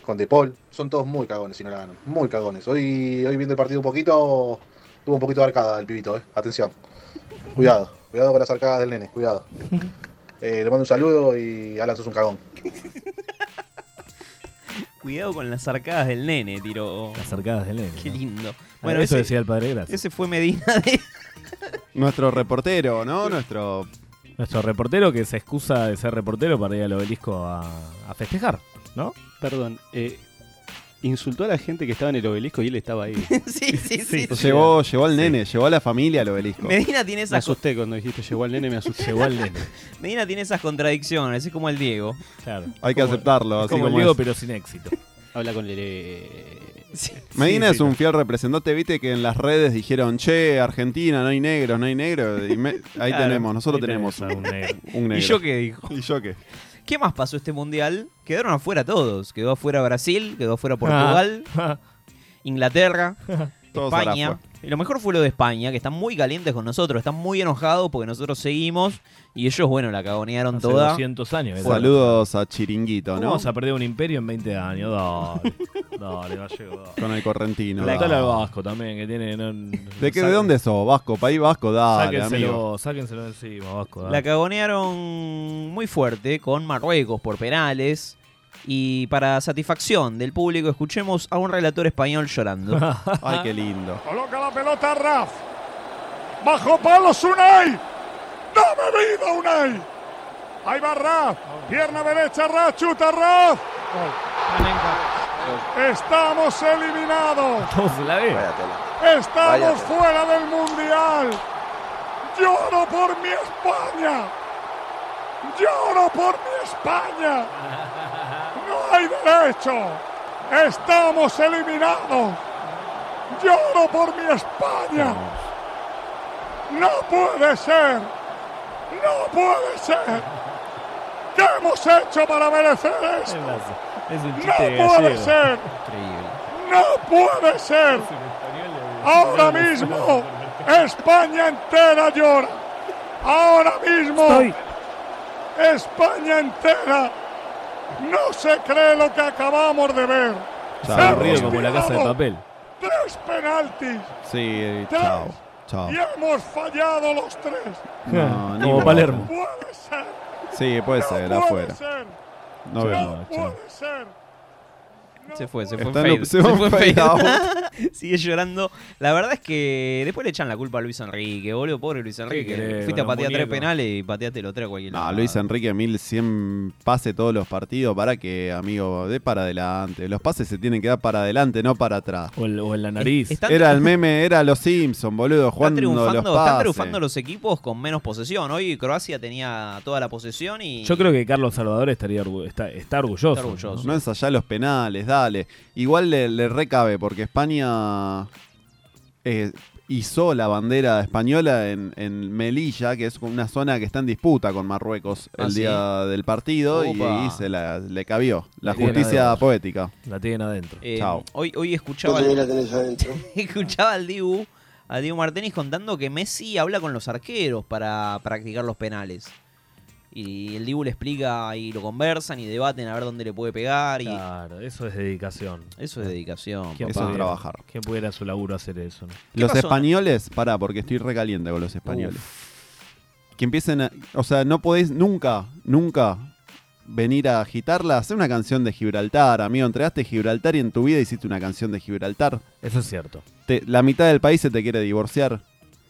S15: con De Paul. Son todos muy cagones si no la ganan. Muy cagones. Hoy, hoy viendo el partido un poquito, tuvo un poquito de arcada el pibito, eh. Atención. Cuidado, cuidado con las arcadas del nene, cuidado. Eh, le mando un saludo y Alan sos un cagón.
S4: Cuidado con las arcadas del nene, tiró.
S6: Las arcadas del nene.
S4: Qué lindo.
S6: Bueno, eso decía el padre Gracia.
S4: Ese fue Medina de.
S5: Nuestro reportero, ¿no? Nuestro.
S6: Nuestro reportero que se excusa de ser reportero para ir al obelisco a, a festejar, ¿no?
S7: Perdón, eh, insultó a la gente que estaba en el obelisco y él estaba ahí.
S4: sí, sí, sí.
S5: pues Llegó, llegó al nene, llegó a la familia al obelisco.
S4: Medina tiene esa
S7: Me asusté cuando dijiste llegó al nene, me asusté. Llegó al nene.
S4: Medina tiene esas contradicciones, es como el Diego.
S6: Claro.
S5: Hay que aceptarlo, así como es.
S6: sin éxito.
S7: Habla con eh, Lele.
S5: Medina es un fiel representante, viste que en las redes dijeron, che, Argentina, no hay negros, no hay negros. Y me- ahí
S4: Claro,
S5: tenemos, nosotros
S4: ahí
S5: tenemos un,
S6: negro.
S5: un negro.
S4: ¿Y yo qué dijo?
S5: ¿Y yo qué?
S4: ¿Qué más pasó este mundial? Quedaron afuera todos. Quedó afuera Brasil, quedó
S6: Ah.
S4: afuera Portugal, Inglaterra,
S5: Todos
S4: España.
S5: afuera.
S4: Y lo mejor fue lo de España, que están muy calientes con nosotros, están muy enojados porque nosotros seguimos y ellos, bueno, la cagonearon
S6: Hace
S4: toda.
S6: 200 años. ¿verdad?
S5: Saludos a Chiringuito,
S6: ¿Cómo
S5: ¿no?
S6: Vamos a perder un imperio en 20 años. Dale, dale, gallego. dale.
S5: Con el correntino.
S6: Dale
S5: dale.
S6: al vasco también, que tiene. no-
S5: ¿De, qué,
S6: sa-
S5: ¿De dónde sos? Vasco, país vasco, dale,
S6: sáquenselo,
S5: amigo.
S6: sáquenselo encima, vasco. dale.
S4: La cagonearon muy fuerte con Marruecos por penales. Y para satisfacción del público, escuchemos a un relator español llorando.
S5: Ay, qué lindo.
S16: Coloca la pelota Raf. Bajo palos Unai. Dame vida Unai. Ahí va Raf. Pierna derecha Raf. Chuta Raf. Estamos eliminados.
S17: Vaya
S16: Estamos
S17: tela.
S16: fuera del mundial. Lloro por mi España. Lloro por mi España. No hay derecho. Estamos eliminados. Lloro por mi España. No puede ser. No puede ser. ¿Qué hemos hecho para merecer esto?
S6: Es un
S16: No
S6: chiste
S16: puede
S6: gallego.
S16: ser. No puede ser. Ahora mismo España entera llora. Ahora mismo España entera no se cree lo que acabamos de ver.
S6: Está aburrido
S16: Hemos
S6: como la casa de
S16: tirado
S6: papel.
S16: Tres penaltis
S5: Sí, eh, chao. Chao.
S16: y hemos fallado los tres.
S5: No, ni
S6: Como
S5: pelota.
S6: Palermo.
S5: Sí, puede ser, afuera. No
S16: No
S5: vemos.
S16: puede ser.
S4: Se fue, se fue
S5: Está
S4: en
S5: en
S4: fade.
S5: un- se fue en fade
S4: Sigue llorando. La verdad es que después le echan la culpa a Luis Enrique, boludo. Pobre Luis Enrique.
S6: querés,
S4: Fuiste a
S6: con los
S4: patear tres
S6: muñecos.
S4: penales y pateaste los tres a cualquier
S5: No,
S4: lado.
S5: Ah, Luis Enrique 1100 pase todos los partidos para que, amigo, de para adelante. Los pases se tienen que dar para adelante, no para atrás.
S6: O, en la nariz.
S4: Están-
S5: Era el meme, era los Simpson, boludo,
S4: Están
S5: jugando los
S4: triunfando,
S5: pases.
S4: están triunfando los equipos con menos posesión. Hoy Croacia tenía toda la posesión y.
S6: Yo creo que Carlos Salvador estaría orgu- está, está orgulloso.
S4: Está orgulloso.
S5: No ensayá los penales, dale. Igual le, le recabe porque España eh, izó la bandera española en, en Melilla, que es una zona que está en disputa con Marruecos
S6: Ah,
S5: el
S6: ¿sí?
S5: día del partido y,
S6: Opa.
S5: y se la, le cabió. La
S6: Le tiene
S5: justicia
S6: adentro.
S5: poética.
S6: La tienen adentro.
S4: Eh,
S5: Chao.
S4: Hoy, hoy escuchaba.
S5: ¿Dónde
S4: al- escuchaba al Dibu, al Dibu Martínez contando que Messi habla con los arqueros para practicar los penales. Y el Dibu le explica y lo conversan y debaten a ver dónde le puede pegar. Y... Claro,
S6: eso es dedicación.
S4: Eso es dedicación.
S6: ¿Quién
S5: Eso es
S6: pudiera-
S5: trabajar.
S6: ¿Quién pudiera en su laburo hacer eso? no?
S5: Los
S6: pasó?
S5: españoles, pará, porque estoy recaliente con los españoles. Que empiecen a. O sea, no podéis nunca, nunca venir a agitarla. Hacer una canción de Gibraltar, amigo. Entregaste Gibraltar y en tu vida hiciste una canción de Gibraltar.
S6: Eso es cierto.
S5: Te- la mitad del país se te quiere divorciar.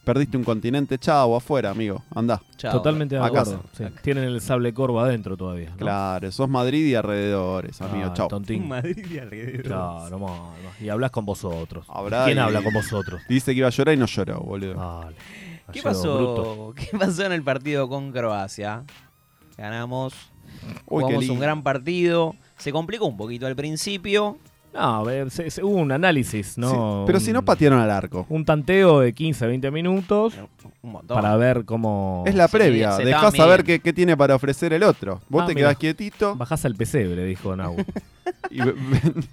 S5: Perdiste un continente, chao, afuera, amigo. Andá.
S6: Totalmente de
S5: a
S6: acuerdo.
S5: casa.
S6: sí. Tienen el sable corvo adentro todavía. ¿no?
S5: Claro, sos Madrid y alrededores, amigo.
S6: Ah,
S5: chao.
S6: tontín.
S4: Madrid y alrededor.
S6: Claro, mo- mo- y hablas con vosotros.
S5: Habrá
S6: ¿Quién
S5: y-
S6: habla con vosotros?
S5: Dice que iba a llorar y no lloró, boludo.
S4: ¿Qué
S6: Ayer,
S4: pasó?
S6: bruto.
S4: ¿Qué pasó en el partido con Croacia? Ganamos.
S6: Uy, qué
S4: jugamos
S6: lindo.
S4: un gran partido. Se complicó un poquito al principio.
S6: No, a ver, se- se- hubo un análisis, ¿no?
S5: Pero si no patearon al arco.
S6: Un tanteo de 15, 20 minutos
S4: Un montón.
S6: para ver cómo.
S5: Es la previa. Dejás saber qué, qué tiene para ofrecer el otro. Vos
S6: Ah,
S5: te
S6: mira.
S5: quedás quietito.
S6: Bajás al pesebre, dijo Nau.
S5: y ve- ve-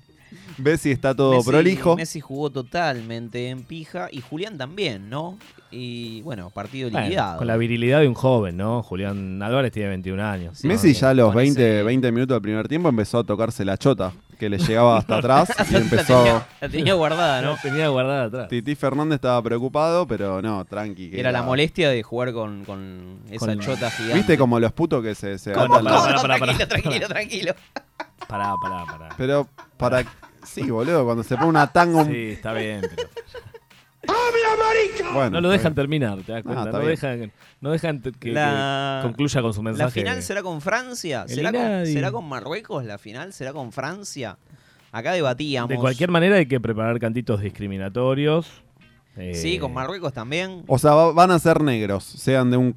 S5: ves si está todo prolijo.
S4: Messi jugó totalmente en pija y Julián también, ¿no? Y bueno, partido
S6: Bueno,
S4: liquidado.
S6: con la virilidad de un joven, ¿no? Julián Álvarez tiene 21 años.
S5: Messi ya a los 20, 20 minutos del primer tiempo empezó a tocarse la chota que le llegaba hasta atrás y empezó...
S4: La tenía guardada, ¿no?
S6: La tenía guardada atrás.
S5: Titi Fernández estaba preocupado, pero no, tranqui. que
S4: Era la molestia de jugar con, con esa
S5: Con-
S4: chota gigante.
S5: ¿Viste como los putos que se... se
S4: Con-
S5: atan
S4: no,
S5: la-
S4: no, tranquilo, tranquilo, tranquilo.
S6: Pará, pará, pará.
S5: Pero para... Sí, boludo, cuando se pone una tanga...
S6: Sí, está bien. pero-
S5: Bueno,
S6: no lo
S5: está bien.
S6: dejan terminar, te das cuenta.
S5: Ah, está
S6: no,
S5: bien.
S6: dejan, no dejan te- que, que
S4: La-
S6: concluya con su mensaje.
S4: ¿La final será con Francia?
S6: El
S4: ¿Será con,
S6: Inadi.
S4: será con Marruecos? ¿La final será con Francia? Acá debatíamos.
S6: De cualquier manera hay que preparar cantitos discriminatorios. Eh,
S4: Sí, con Marruecos también.
S5: O sea, va- van a ser negros, sean de un...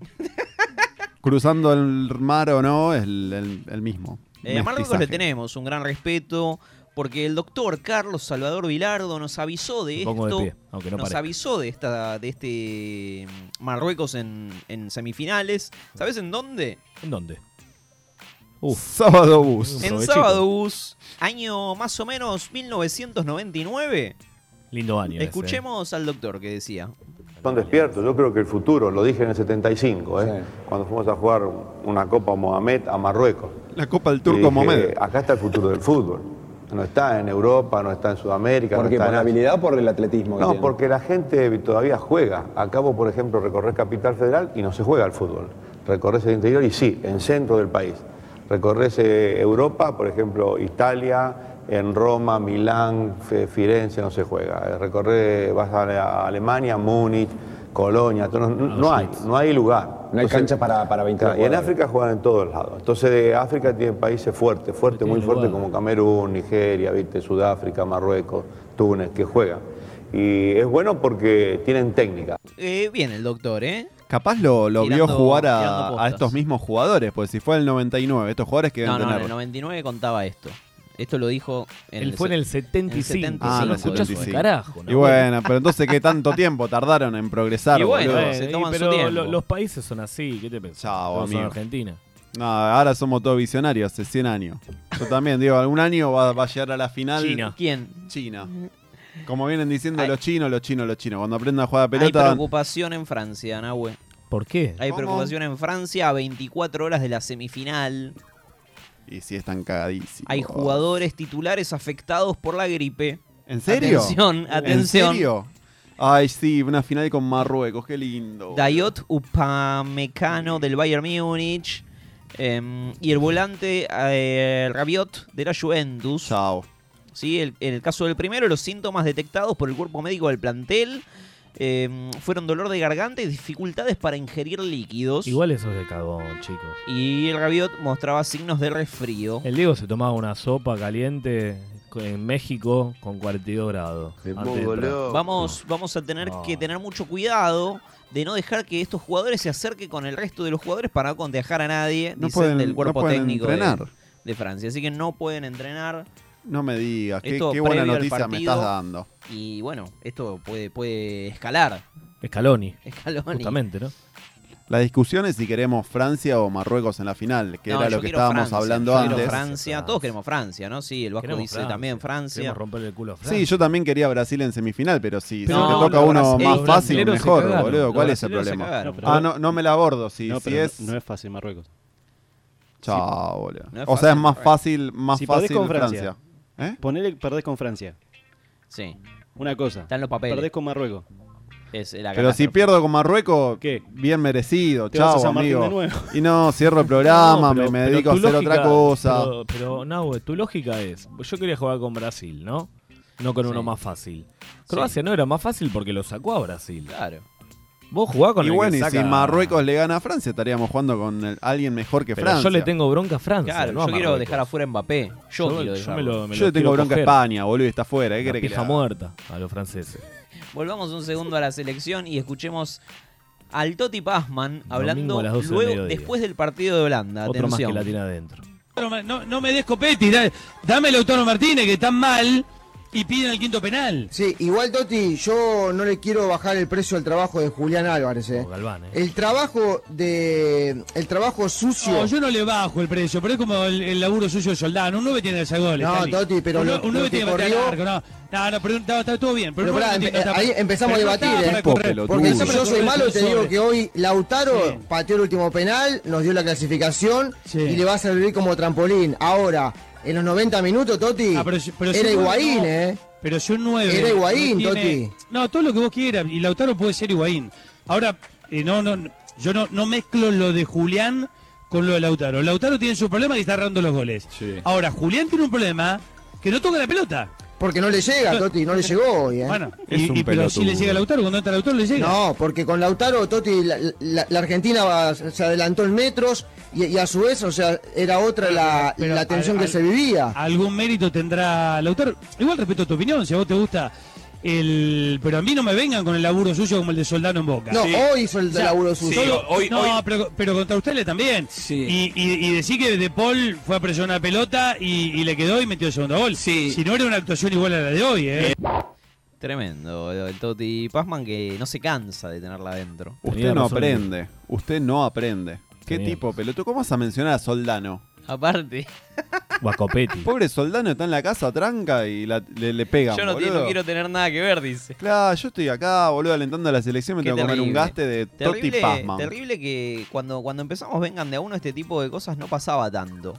S5: Cruzando el mar o no, es el, el- el mismo.
S4: Eh, a Marruecos le
S5: Mestizaje.
S4: tenemos un gran respeto porque el doctor Carlos Salvador Vilardo nos avisó de
S6: Me pongo de
S4: esto.
S6: pie, aunque no
S4: nos
S6: parezca.
S4: avisó de esta de este Marruecos en, en semifinales. ¿Sabes en dónde?
S6: ¿En dónde?
S5: Sábado bus.
S4: En Sábado Bus, año más o menos 1999.
S6: Lindo año. ese,
S4: Escuchemos al doctor que decía.
S17: Están despiertos, yo creo que el futuro, lo dije en el 75, ¿eh? cuando fuimos a jugar una Copa Mohamed a Marruecos.
S5: La Copa del
S17: Y dije,
S5: Turco Mohamed.
S17: Acá está el futuro del fútbol. No está en Europa, no está en Sudamérica.
S18: ¿Por
S17: no
S18: qué?
S17: está
S18: ¿Por
S17: en
S18: la
S17: Asia.
S18: habilidad o por el atletismo? que
S17: No,
S18: tiene?
S17: porque la gente todavía juega. Acabo, por ejemplo, recorrer Capital Federal y no se juega al fútbol. Recorres el interior y sí, en centro del país. Recorres eh, Europa, por ejemplo, Italia, en Roma, Milán, F- Firenze, no se juega. Eh, Recorres, vas a, Ale- a Alemania, Múnich, Colonia, todo- no, no hay, no hay lugar.
S18: No hay cancha para, para 20
S17: Claro, y en
S18: jugadores.
S17: África juegan en todos lados. Entonces de África tiene países fuertes, fuertes, muy fuertes como Camerún, Nigeria, ¿viste? Sudáfrica, Marruecos, Túnez, que juegan. Y es bueno porque tienen técnica.
S4: Eh, bien, el doctor, ¿eh?
S5: Capaz lo, lo
S4: Tirando-
S5: vio jugar
S4: tirando
S5: a,
S4: postas.
S5: a estos mismos jugadores, pues si fue el 99, estos jugadores que
S4: No,
S5: deben
S4: no, en
S5: tener.
S4: el 99 contaba esto. Esto lo dijo en
S6: Él
S4: el
S6: fue en
S4: se-
S6: el 75.
S5: Ah, no
S4: dijo
S5: escuchás
S4: eso,
S5: un
S4: ¿eh?
S6: carajo,
S5: Y bueno, pero entonces qué tanto tiempo tardaron en progresar,
S6: Y bueno,
S5: boludo?
S6: eh,
S4: toman
S6: y
S4: su
S6: pero
S4: tiempo.
S6: lo- los países son así, ¿qué te pensás?
S5: Chao,
S6: Todos son
S5: amigo.
S6: Argentina.
S5: No, ahora somos todos visionarios, hace 100 años. Yo también, digo, algún año va, va a llegar a la final.
S4: China. ¿Quién?
S5: China. Como vienen diciendo los chinos, los chinos, los chinos. Cuando aprendan a jugar a
S4: Hay
S5: pelota.
S4: preocupación en Francia, Nahue.
S6: ¿Por qué?
S4: Hay
S5: ¿Cómo?
S4: preocupación en Francia a 24 horas de la semifinal.
S5: Y sí, están cagadísimos.
S4: Hay jugadores titulares afectados por la gripe.
S5: ¿En serio?
S4: Atención, atención.
S5: ¿En serio? Ay, sí, una final con Marruecos, qué lindo.
S4: Dayot Upamecano del Bayern Múnich. em, y el volante eh, Rabiot de la Juventus. Sí, el- en el caso del primero, los síntomas detectados por el cuerpo médico del plantel em, fueron dolor de garganta y dificultades para ingerir líquidos.
S6: Igual eso es de cagón, chicos.
S4: Y el Rabiot mostraba signos de resfrío.
S6: El Diego se tomaba una sopa caliente en México con 42 grados. antes de entrar.
S4: Vamos, vamos a tener
S6: No.
S4: que tener mucho cuidado de no dejar que estos jugadores se acerquen con el resto de los jugadores para no contagiar a nadie,
S5: No
S4: dicen
S5: pueden-
S4: del
S5: no
S4: cuerpo
S5: pueden
S4: técnico de-
S5: entrenar.
S4: De, Francia. Así que no pueden entrenar.
S5: No me digas, qué,
S4: Esto
S5: qué buena
S4: previo al
S5: noticia me
S4: partido.
S5: estás dando.
S4: Y bueno, esto puede, puede escalar.
S6: Scaloni.
S4: Scaloni.
S6: Justamente, ¿no?
S5: La discusión es si queremos Francia o Marruecos en la final, que
S4: No,
S5: era
S4: yo
S5: lo que
S4: quiero
S5: estábamos
S4: Francia,
S5: hablando
S4: yo quiero
S5: antes.
S4: Francia, todos queremos Francia, ¿no? Sí, el Vasco
S6: Queremos
S4: dice
S6: Francia,
S4: también Francia.
S6: Queremos romperle el culo a Francia.
S5: Sí, yo también quería Brasil en semifinal, pero si,
S6: Pero
S5: si
S6: no,
S5: te toca
S6: los
S5: uno
S6: brasileros-
S5: más
S6: los
S5: fácil,
S6: brasileros se
S5: mejor,
S6: cagaron.
S5: boludo.
S6: Los
S5: ¿Cuál es el
S6: brasileros se
S5: problema?
S6: cagaron.
S5: ah, no, no me la abordo. Si,
S7: No,
S5: si
S7: pero no-
S5: es
S7: no, es fácil Marruecos.
S5: Chao, boludo.
S4: No es
S5: o sea, es
S4: fácil,
S5: más
S4: right.
S5: fácil, más
S7: si
S5: fácil
S7: perdés con Francia,
S5: Francia. ¿Eh?
S7: ponele que perdés con Francia.
S4: Sí.
S7: Una cosa.
S4: Están los papeles.
S7: Perdés con Marruecos.
S4: Es la
S5: Pero si
S4: catástrofe.
S5: pierdo con Marruecos, bien merecido.
S7: Te vas a
S5: Chao,
S7: San Martín
S5: amigo.
S7: de nuevo.
S5: Y no, cierro el programa,
S6: No, pero-
S5: me, me
S6: pero
S5: dedico a
S6: tu
S5: hacer otra
S6: lógica-
S5: cosa.
S6: Pero, pero, Nahue, tu lógica es: yo quería jugar con Brasil, ¿no? No con uno más fácil. Croacia no era más fácil porque lo sacó a Brasil.
S4: Claro.
S6: Vos jugás con
S5: y
S6: el que
S5: bueno, y
S6: saca-
S5: si Marruecos le gana a Francia, estaríamos jugando con el- alguien mejor que
S6: Pero
S5: Francia.
S6: yo le tengo bronca a Francia.
S4: Claro,
S6: no a
S4: yo quiero
S6: Marruecos.
S4: dejar afuera a Mbappé. Yo,
S6: Yo-
S4: quiero
S6: yo
S4: dejarlo.
S6: me lo- me
S5: Yo le tengo
S6: quiero
S5: bronca a
S6: coger.
S5: España, boludo, y está afuera. ¿eh?
S6: La
S5: ¿Quiere que
S6: pija
S5: le haga?
S6: muerta a los franceses.
S4: Volvamos un segundo a la selección y escuchemos al Toti Pazman
S6: Domingo
S4: hablando
S6: a las 12 del
S4: luego,
S6: mediodía.
S4: después del partido de Holanda.
S6: Otro más que
S4: Atención.
S6: la tiene adentro.
S19: No, no me des Copetti, da- dame el Autónomo Martínez, que está mal, y piden el quinto penal.
S20: Sí, igual Toti, yo no le quiero bajar el precio al trabajo de Julián Álvarez.
S19: Oh,
S20: eh. El trabajo de el trabajo sucio.
S19: No, yo no le bajo el precio, pero es como el, el laburo suyo de Soldano. Un 9 tiene que hacer goles.
S20: No,
S19: Cali.
S20: Totti, pero
S19: un,
S20: lo-
S19: nue- un
S20: lo
S19: 9
S20: que
S19: tiene que meter
S20: corrió-
S19: al arco, no. No, no, pero está, está todo bien. Pero
S20: Pero
S19: el problema
S20: pará,
S19: es que
S20: empe-
S19: no está-
S20: ahí empezamos
S19: pero
S20: a
S19: no está
S20: debatir,
S19: para
S20: ¿eh?
S19: correr.
S20: Porque
S19: No está
S20: si
S19: para
S20: yo soy
S19: correr
S20: malo, te
S19: sobre-
S20: digo que hoy Lautaro
S19: Sí.
S20: pateó el último penal, nos dio la clasificación y le va a servir como trampolín. Ahora, en los 90 minutos, Toti,
S19: Ah, pero si- pero si
S20: era
S19: no,
S20: Higuaín,
S19: no.
S20: ¿eh?
S19: Pero yo 9.
S20: Era Higuaín,
S19: no tiene-
S20: Toti.
S19: No, todo lo que vos quieras. Y Lautaro puede ser Higuaín. Ahora, eh, no, no, yo no, no mezclo lo de Julián con lo de Lautaro. Lautaro tiene su problema que está errando los goles. Ahora, Julián tiene un problema que no toca la pelota.
S20: Porque no le llega, Toti, no le llegó hoy, ¿eh?
S19: Bueno, y, y- pero si le llega a Lautaro, cuando entra Lautaro le llega.
S20: No, porque con Lautaro, Totti, la, la- la Argentina va- se adelantó en metros y, y a su vez, o sea, era otra la,
S19: Pero
S20: la tensión
S19: al-
S20: que
S19: al-
S20: se vivía.
S19: Algún mérito tendrá Lautaro. Igual respeto tu opinión, si a vos te gusta el... Pero a mí no me vengan con el laburo suyo como el de Soldano en Boca.
S20: No, Sí. hoy hizo el laburo suyo. Sí, hoy-
S19: no,
S20: hoy-
S19: Pero, pero contra ustedes también. Y, y, y decir que De Paul fue a presionar la pelota y, y le quedó y metió el segundo gol. Si no era una actuación igual a la de hoy, ¿eh?
S4: Tremendo. El Toti Pazman que no se cansa de tenerla adentro.
S5: Usted no aprende. Usted no aprende. ¿Qué tipo, pelotudo? ¿Cómo vas a mencionar a Soldano?
S4: Aparte,
S5: Pobre Soldano está en la casa tranca y la- le, le pegan.
S4: yo no, te- no
S5: boludo.
S4: quiero tener nada que ver, dice.
S5: Claro, yo estoy acá, boludo, alentando a la selección. Me
S4: Qué
S5: tengo que comer un
S4: terrible.
S5: gaste de Toti
S4: Terrible,
S5: Pasma.
S4: terrible que cuando, cuando empezamos Vengan de a uno este tipo de cosas no pasaba tanto.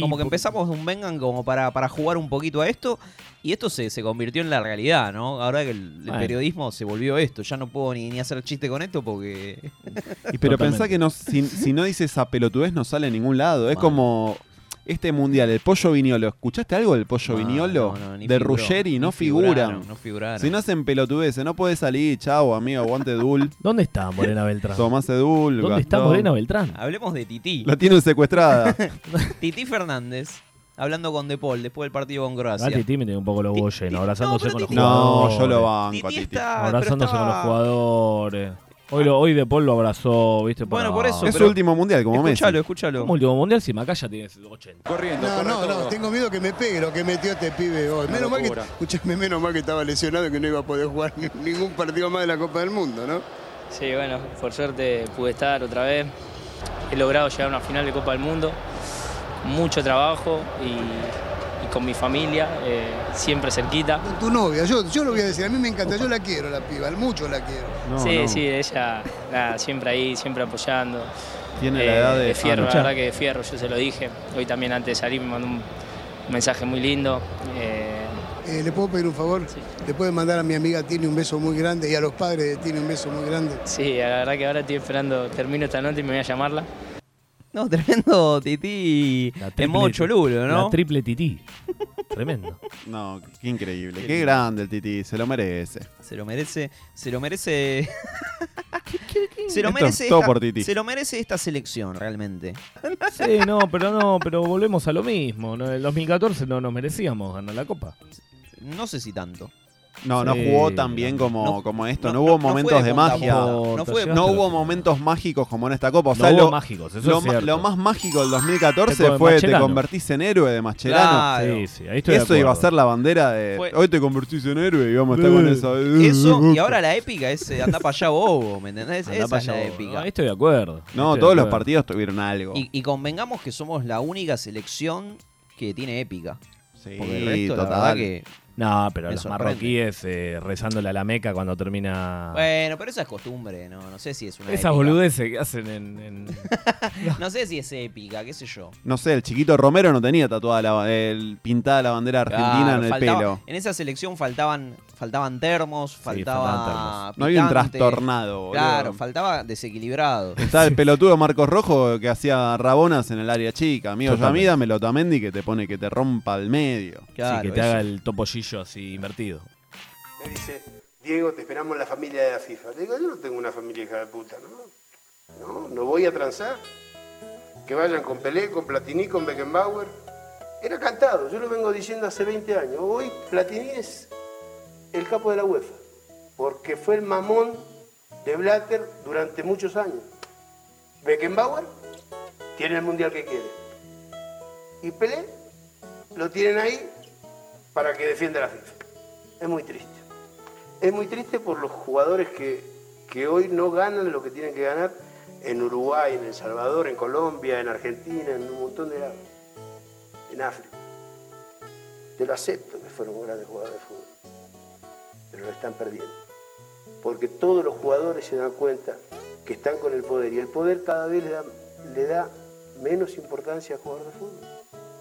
S4: como que empezamos un Vengan como para, para jugar un poquito a esto y esto se, se convirtió en la realidad, ¿no? Ahora que el, el
S5: Bueno.
S4: periodismo se volvió esto, ya no puedo ni, ni hacer chiste con esto porque...
S5: Y pero pensá que no, si, si no dice esa pelotudez no sale a ningún lado. Es como este mundial, el pollo viñolo. ¿Escuchaste algo del pollo
S4: No,
S5: viñolo?
S4: no, no, ni
S5: de
S4: figuró,
S5: Ruggeri,
S4: ni
S5: no
S4: figuraron,
S5: figuran.
S4: no figuraron.
S5: Si no hacen pelotudeces, no puede salir, chavo, amigo, aguante Dul.
S6: ¿Dónde está Morena Beltrán?
S5: Tomás Edul.
S6: ¿Dónde está
S5: Gastón.
S6: Morena Beltrán?
S4: Hablemos de Tití.
S5: La tienen secuestrada.
S4: Tití Fernández, hablando con De Paul después del partido con Croacia.
S6: Gatti Titi me tiene un poco los huevos llenos, abrazándose con los
S5: Titi- No,
S6: jugadores.
S5: yo lo banco a Titi. Titi
S4: está-
S6: Abrazándose
S4: pero
S6: con los
S4: estaba-
S6: jugadores. Hoy, lo- hoy De Paul lo abrazó, ¿viste?
S4: Bueno,
S6: Para-
S4: por eso, Es su pero- último
S5: mundial,
S4: como Messi. Escuchalo, escuchalo.
S6: Como último mundial, si Macaya tiene 80.
S16: Corriendo,
S13: No, no, no, tengo miedo que me pegue lo que metió este pibe hoy. Menos mal que,
S16: locura.
S13: escuchame, menos mal que estaba lesionado y que no iba a poder jugar ni- ningún partido más de la Copa del Mundo, ¿no?
S21: Sí, bueno, por suerte pude estar otra vez. He logrado llegar a una final de Copa del Mundo. Mucho trabajo y, y con mi familia, eh, siempre cerquita.
S13: Tu novia, yo, yo lo voy a decir, a mí me encanta, yo la quiero la piba, mucho la quiero.
S21: sí, sí, ella, nada, siempre ahí, siempre apoyando.
S5: Tiene la edad de-
S21: fierro,
S5: ah,
S21: la
S5: no.
S21: verdad que de fierro, yo se lo dije. Hoy también antes de salir me mandó un mensaje muy lindo. eh,
S13: Eh, ¿Le puedo pedir un favor? ¿Le puede mandar a mi amiga Tiene un beso muy grande y a los padres de Tiene un beso muy grande?
S21: sí, la verdad que ahora estoy esperando, termino esta noche y me voy a llamarla.
S4: No, tremendo Tití en modo cholulo, ¿no?
S6: La triple Titi. Tremendo.
S5: No, qué increíble. Qué grande el Titi, se lo merece.
S4: Se lo merece, se lo merece. se lo
S5: Esto
S4: merece
S5: es todo
S4: esta-
S5: por Titi.
S4: Se lo merece esta selección realmente.
S6: Sí, no, pero no, pero volvemos a lo mismo. ¿no? En el 2014 no nos merecíamos ganar la Copa.
S4: No sé si tanto.
S5: No, no
S6: Sí,
S5: jugó tan bien como, como esto. No, hubo momentos de, magia.
S4: No fue de punta
S5: hubo momentos mágicos como en esta copa. O
S6: No
S5: sea,
S6: hubo
S5: lo,
S6: mágicos, eso
S5: lo
S6: es
S5: ma-
S6: cierto.
S5: lo más mágico del
S6: Te
S5: 2014
S6: con-
S5: fue te
S6: Mascherano.
S5: convertís en héroe de Mascherano.
S6: Claro. Sí, sí, ahí estoy de
S5: Eso iba a
S6: acuerdo. Eh.
S5: ser la bandera de
S4: Fue-
S5: hoy te convertís en héroe y vamos a estar con esa. eh.
S4: Eso, y ahora la épica es eh, andá para allá bobo, ¿me entendés?
S5: Andá
S4: Esa
S5: pa'
S4: es la
S5: allá, bobo.
S4: épica.
S6: Ahí estoy de acuerdo.
S5: No,
S6: Estoy de
S5: todos los
S6: acuerdo.
S5: partidos tuvieron algo.
S4: Y, y convengamos que somos la única selección que tiene épica.
S5: Sí,
S4: Porque el resto, la
S5: total.
S4: verdad que
S6: No, pero
S4: Me
S6: los
S4: sorprende.
S6: marroquíes eh, rezándole a la Meca cuando termina.
S4: Bueno, pero esa es costumbre, no, no sé si es una.
S6: Ah. Esas
S4: épica.
S6: boludeces que hacen en. en-
S4: No sé si es épica, qué sé yo.
S5: No sé, el chiquito Romero no tenía tatuada la, el- pintada la bandera argentina
S4: Claro,
S5: en el
S4: faltaba-
S5: pelo.
S4: En esa selección faltaban, faltaban termos, faltaba.
S5: faltaban termos. No había un
S4: picante.
S5: trastornado, boludo.
S4: Claro, faltaba desequilibrado.
S5: Está el pelotudo Marcos Rojo que hacía rabonas en el área chica. Amigo
S6: Totalmente.
S5: Yamida Melotamendi que te pone que te rompa al medio.
S6: sí, que te haga el topollillo así invertido.
S14: Me dice, Diego, te esperamos en la familia de la FIFA. Le digo, yo no tengo una familia hija de puta, ¿no? No, no voy a transar. Que vayan con Pelé, con Platini, con Beckenbauer. Era cantado, yo lo vengo diciendo hace 20 años. Hoy Platini es el capo de la UEFA, porque fue el mamón de Blatter durante muchos años. Beckenbauer tiene el mundial que quiere. Y Pelé lo tienen ahí para que defienda la FIFA. Es muy triste. Es muy triste por los jugadores que, que hoy no ganan lo que tienen que ganar en Uruguay, en El Salvador, en Colombia, en Argentina, en un montón de lados. En África. Te lo acepto que fueron grandes jugadores de fútbol. Pero lo están perdiendo. Porque todos los jugadores se dan cuenta que están con el poder. Y el poder cada vez le da, le da menos importancia al jugador de fútbol.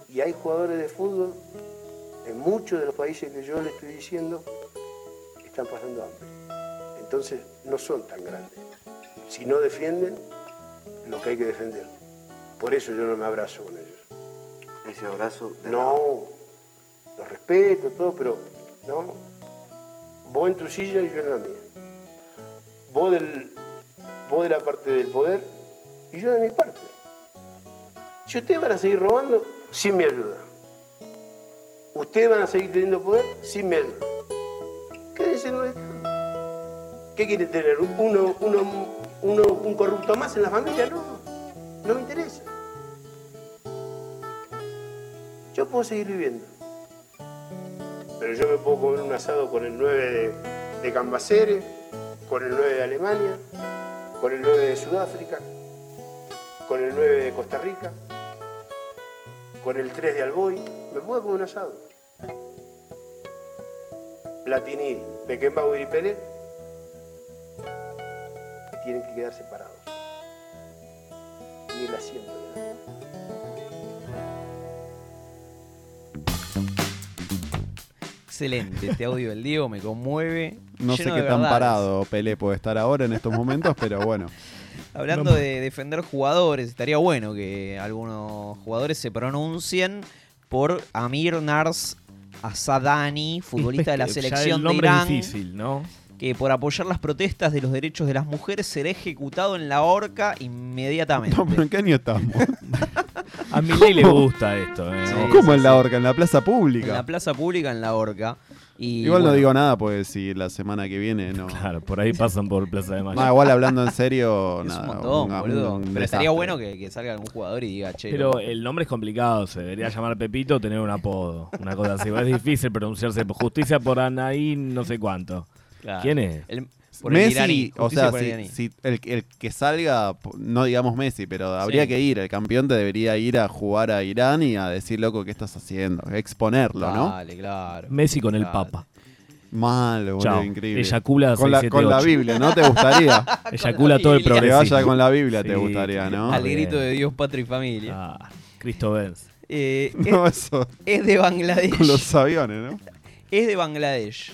S14: Y hay jugadores de fútbol en muchos de los países que yo le estoy diciendo están pasando hambre. Entonces no son tan grandes. Si no defienden lo que hay que defender. Por eso yo no me abrazo con ellos. Ese abrazo. No. Los respeto, todo, pero no. Vos en tu silla y yo en la mía. Vos, del, vos de la parte del poder y yo de mi parte. Si ustedes van a seguir robando sin mi ayuda, ustedes van a seguir teniendo poder sin mi ayuda. Quédense donde están. ¿Qué quieren tener? ¿Uno, uno, uno, ¿Un corrupto más en la familia? No, no me interesa. Yo puedo seguir viviendo. Pero yo me puedo comer un asado con el 9 de, de Cambaceres, con el 9 de Alemania, con el 9 de Sudáfrica, con el 9 de Costa Rica, con el 3 de Alboy. Me puedo comer un asado. Platini, Beckenbauer y Pérez tienen que quedar separados. Ni el asiento. de nadie.
S4: Excelente, este audio del Diego me conmueve.
S5: No sé
S4: lleno
S5: qué
S4: de
S5: tan
S4: verdades.
S5: parado Pelé puede estar ahora en estos momentos, pero bueno.
S4: Hablando de defender jugadores, estaría bueno que algunos jugadores se pronuncien por Amir Nars Asadani, futbolista de la
S6: Ya el
S4: selección de
S6: nombre es
S4: Irán.
S6: difícil, ¿no?
S4: Que por apoyar las protestas de los derechos de las mujeres será ejecutado en la horca inmediatamente.
S5: No, pero ¿en qué año estamos?
S6: A
S4: Milei le
S6: gusta esto,
S4: ¿eh? Sí,
S5: ¿Cómo
S4: sí,
S5: en la horca? En la plaza
S4: En la
S5: pública.
S4: plaza pública, en la horca. Y
S5: Igual no
S4: bueno,
S5: digo nada, pues si la semana que viene no. Claro,
S6: por ahí pasan por Plaza de Mayo.
S5: No, igual hablando en serio,
S4: es
S5: nada.
S4: un montón,
S5: un-
S4: boludo.
S5: un
S4: Pero
S5: desastre.
S4: estaría bueno que, que salga algún jugador y diga, che,
S6: Pero
S4: loco,
S6: el nombre es complicado, se debería llamar Pepito o tener un apodo, una cosa así. Es difícil pronunciarse justicia por Anaí, no sé cuánto.
S4: Claro.
S6: ¿Quién es?
S4: El-
S5: Messi, o
S4: justicia
S5: sea,
S4: por
S5: si-
S4: el iraní.
S5: si el, el que salga, po- no digamos Messi, pero habría
S4: Sí.
S5: que ir. El campeón te debería ir a jugar a Irán y a decir, loco, ¿qué estás haciendo? Exponerlo, ¿no?
S4: Dale, claro.
S6: Messi con el Papa.
S5: Malo, boludo,
S6: Chao.
S5: increíble.
S6: Eyacula
S5: con, la, con la
S6: 678.
S5: Biblia, ¿no te gustaría?
S6: Eyacula todo el
S5: Que
S6: progreso.
S5: vaya con la Biblia, te gustaría, ¿no?
S4: Al grito de Dios, patria y familia.
S6: Ah, Cristo Benz.
S4: Eh,
S5: No,
S4: es,
S5: eso.
S4: es de Bangladesh.
S5: Con los aviones, ¿no?
S4: Es de Bangladesh.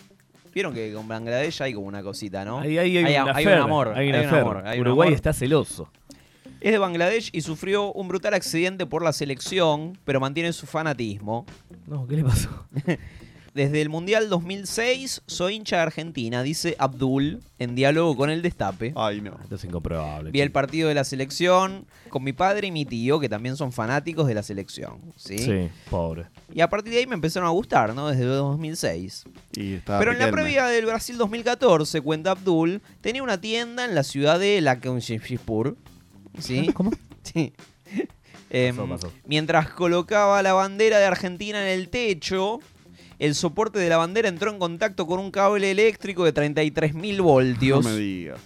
S4: Vieron que con Bangladesh hay como una cosita, ¿no?
S6: Ahí, ahí hay, un
S4: a- hay
S6: afer,
S4: amor.
S6: hay un
S4: hay un
S6: afer.
S4: amor, hay un
S6: Uruguay
S4: amor.
S6: está celoso.
S4: Es de Bangladesh y sufrió un brutal accidente por la selección, pero mantiene su fanatismo.
S6: No, ¿qué le pasó?
S4: Desde el Mundial 2006 soy hincha de Argentina, dice Abdul en diálogo con el Destape.
S5: Ay, no.
S6: Esto es incomprobable.
S4: Vi el partido de la selección con mi padre y mi tío, que también son fanáticos de la selección. ¿sí?
S6: Sí, pobre.
S4: Y a partir de ahí me empezaron a gustar, ¿no? Desde 2006.
S5: Y está
S4: Pero en la
S5: Riquelme.
S4: previa del Brasil 2014, cuenta Abdul, tenía una tienda en la ciudad de Lakhonchipur. ¿Sí? ¿Cómo? Sí. Em,
S6: pasó.
S4: Mientras colocaba la bandera de Argentina en el techo, el soporte de la bandera entró en contacto con un cable eléctrico de 33.000 voltios.
S5: No me digas.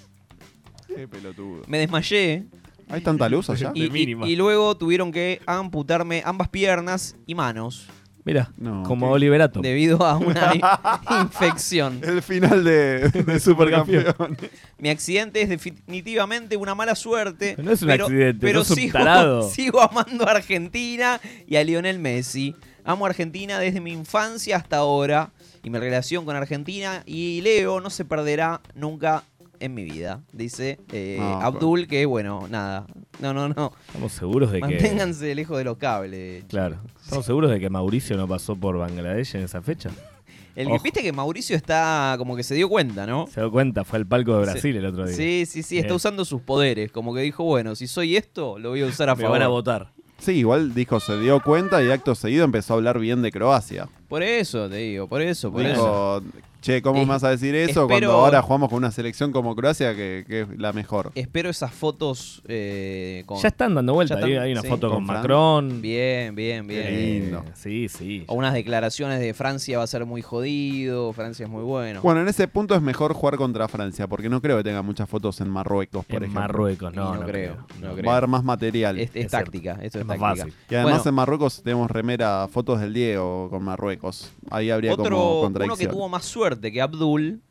S5: Qué pelotudo.
S4: Me desmayé.
S5: ¿Hay tanta luz allá?
S4: Y, y- y luego tuvieron que amputarme ambas piernas y manos.
S6: Mira,
S5: No.
S6: como Oliverato.
S4: Debido a una i- infección.
S5: El final de, de Supercampeón.
S4: Mi accidente es definitivamente una mala suerte.
S6: No es un accidente,
S4: pero
S6: sos un
S4: sigo,
S6: tarado.
S4: sigo amando a Argentina y a Lionel Messi. Amo a Argentina desde mi infancia hasta ahora. Y mi relación con Argentina y Leo no se perderá nunca en mi vida. Dice eh,
S6: No,
S4: Abdul, que bueno, nada. No, no, no.
S6: Estamos seguros de que-
S4: Manténganse lejos de los cables.
S6: Claro. ¿Estamos seguros de que Mauricio no pasó por Bangladesh en esa fecha?
S4: El,
S6: Ojo.
S4: Viste que Mauricio está como que se dio cuenta, ¿no?
S6: Se dio cuenta, fue al palco de Brasil
S4: Sí.
S6: el otro día.
S4: Sí, sí, sí, está
S6: Eh,
S4: usando sus poderes. Como que dijo, bueno, si soy esto, lo voy a usar a
S6: Me
S4: favor.
S6: van a votar.
S5: Sí, igual dijo, se dio cuenta y acto seguido empezó a hablar bien de Croacia.
S4: Por eso, te digo, por eso, por eso.
S5: Dijo, che, ¿cómo me
S4: Eh,
S5: vas a decir eso
S4: espero-
S5: cuando ahora jugamos con una selección como Croacia que, que es la mejor?
S4: Espero esas fotos eh, con-
S6: Ya están dando vuelta,
S4: Ya están,
S6: ahí hay una
S4: sí.
S6: foto con,
S4: Con Fran.
S6: Macron.
S4: Bien, bien, bien.
S6: Eh, Sí, sí.
S4: O unas declaraciones de Francia va a ser muy jodido, Francia es muy bueno.
S5: Bueno, en ese punto es mejor jugar contra Francia, porque no creo que tenga muchas fotos en Marruecos, por
S6: En
S5: ejemplo.
S6: Marruecos, no,
S4: Y no no creo, creo, no creo.
S5: Va a haber más material.
S4: Es- es Es táctica, cierto. esto es Es más táctica. fácil.
S5: Y además
S4: Bueno.
S5: en Marruecos tenemos remera, fotos del Diego con Marruecos. Ahí habría como
S4: Otro, uno que
S5: contradicción.
S4: tuvo más suerte que Abdul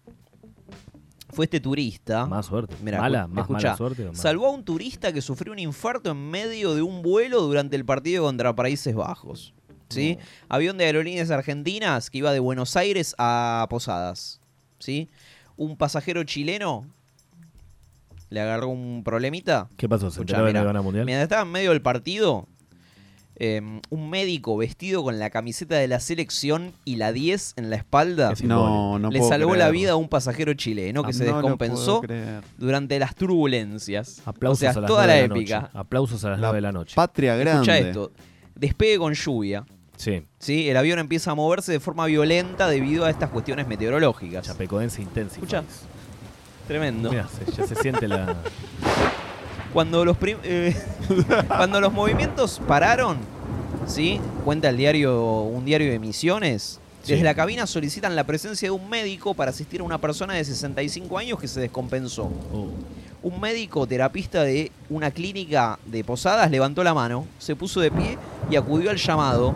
S4: fue este turista. Más
S6: suerte.
S4: Mira,
S6: Mala, más mala suerte o mala?
S4: Salvó a un turista que sufrió un infarto en medio de un vuelo durante el partido contra Países Bajos. ¿sí? Avión de aerolíneas argentinas que iba de Buenos Aires a Posadas. ¿sí? Un pasajero chileno le agarró un problemita.
S6: ¿Qué pasó? ¿Se
S4: Escuchá,
S6: enteraron
S4: mirá,
S6: de ganar mundial?
S4: Mientras estaba en medio del partido, eh, un médico vestido con la camiseta de la selección y la 10 en la espalda
S5: No, no
S4: le
S5: puedo
S4: salvó la
S5: creerlo.
S4: vida a un pasajero chileno que
S5: Ah,
S4: se
S5: no lo
S4: descompensó
S5: puedo creer.
S4: durante las turbulencias.
S6: Aplausos
S4: o sea,
S6: a las
S4: toda
S6: nueve
S4: la
S6: de la
S4: épica.
S6: noche. Aplausos a las nueve de la noche.
S5: Patria
S4: Escucha
S5: grande.
S4: esto. Despegue con lluvia.
S6: Sí.
S4: El avión empieza a moverse de forma violenta debido a estas cuestiones meteorológicas.
S6: Chapecoense intensa.
S4: Escucha. Tremendo.
S6: Mirá, se- ya se siente la.
S4: Cuando los, prim- eh, cuando los movimientos pararon, ¿sí? Cuenta el diario, un diario de misiones. Desde
S6: Sí.
S4: la cabina solicitan la presencia de un médico para asistir a una persona de 65 años que se descompensó.
S6: Oh.
S4: Un médico terapista de una clínica de Posadas levantó la mano, se puso de pie y acudió al llamado.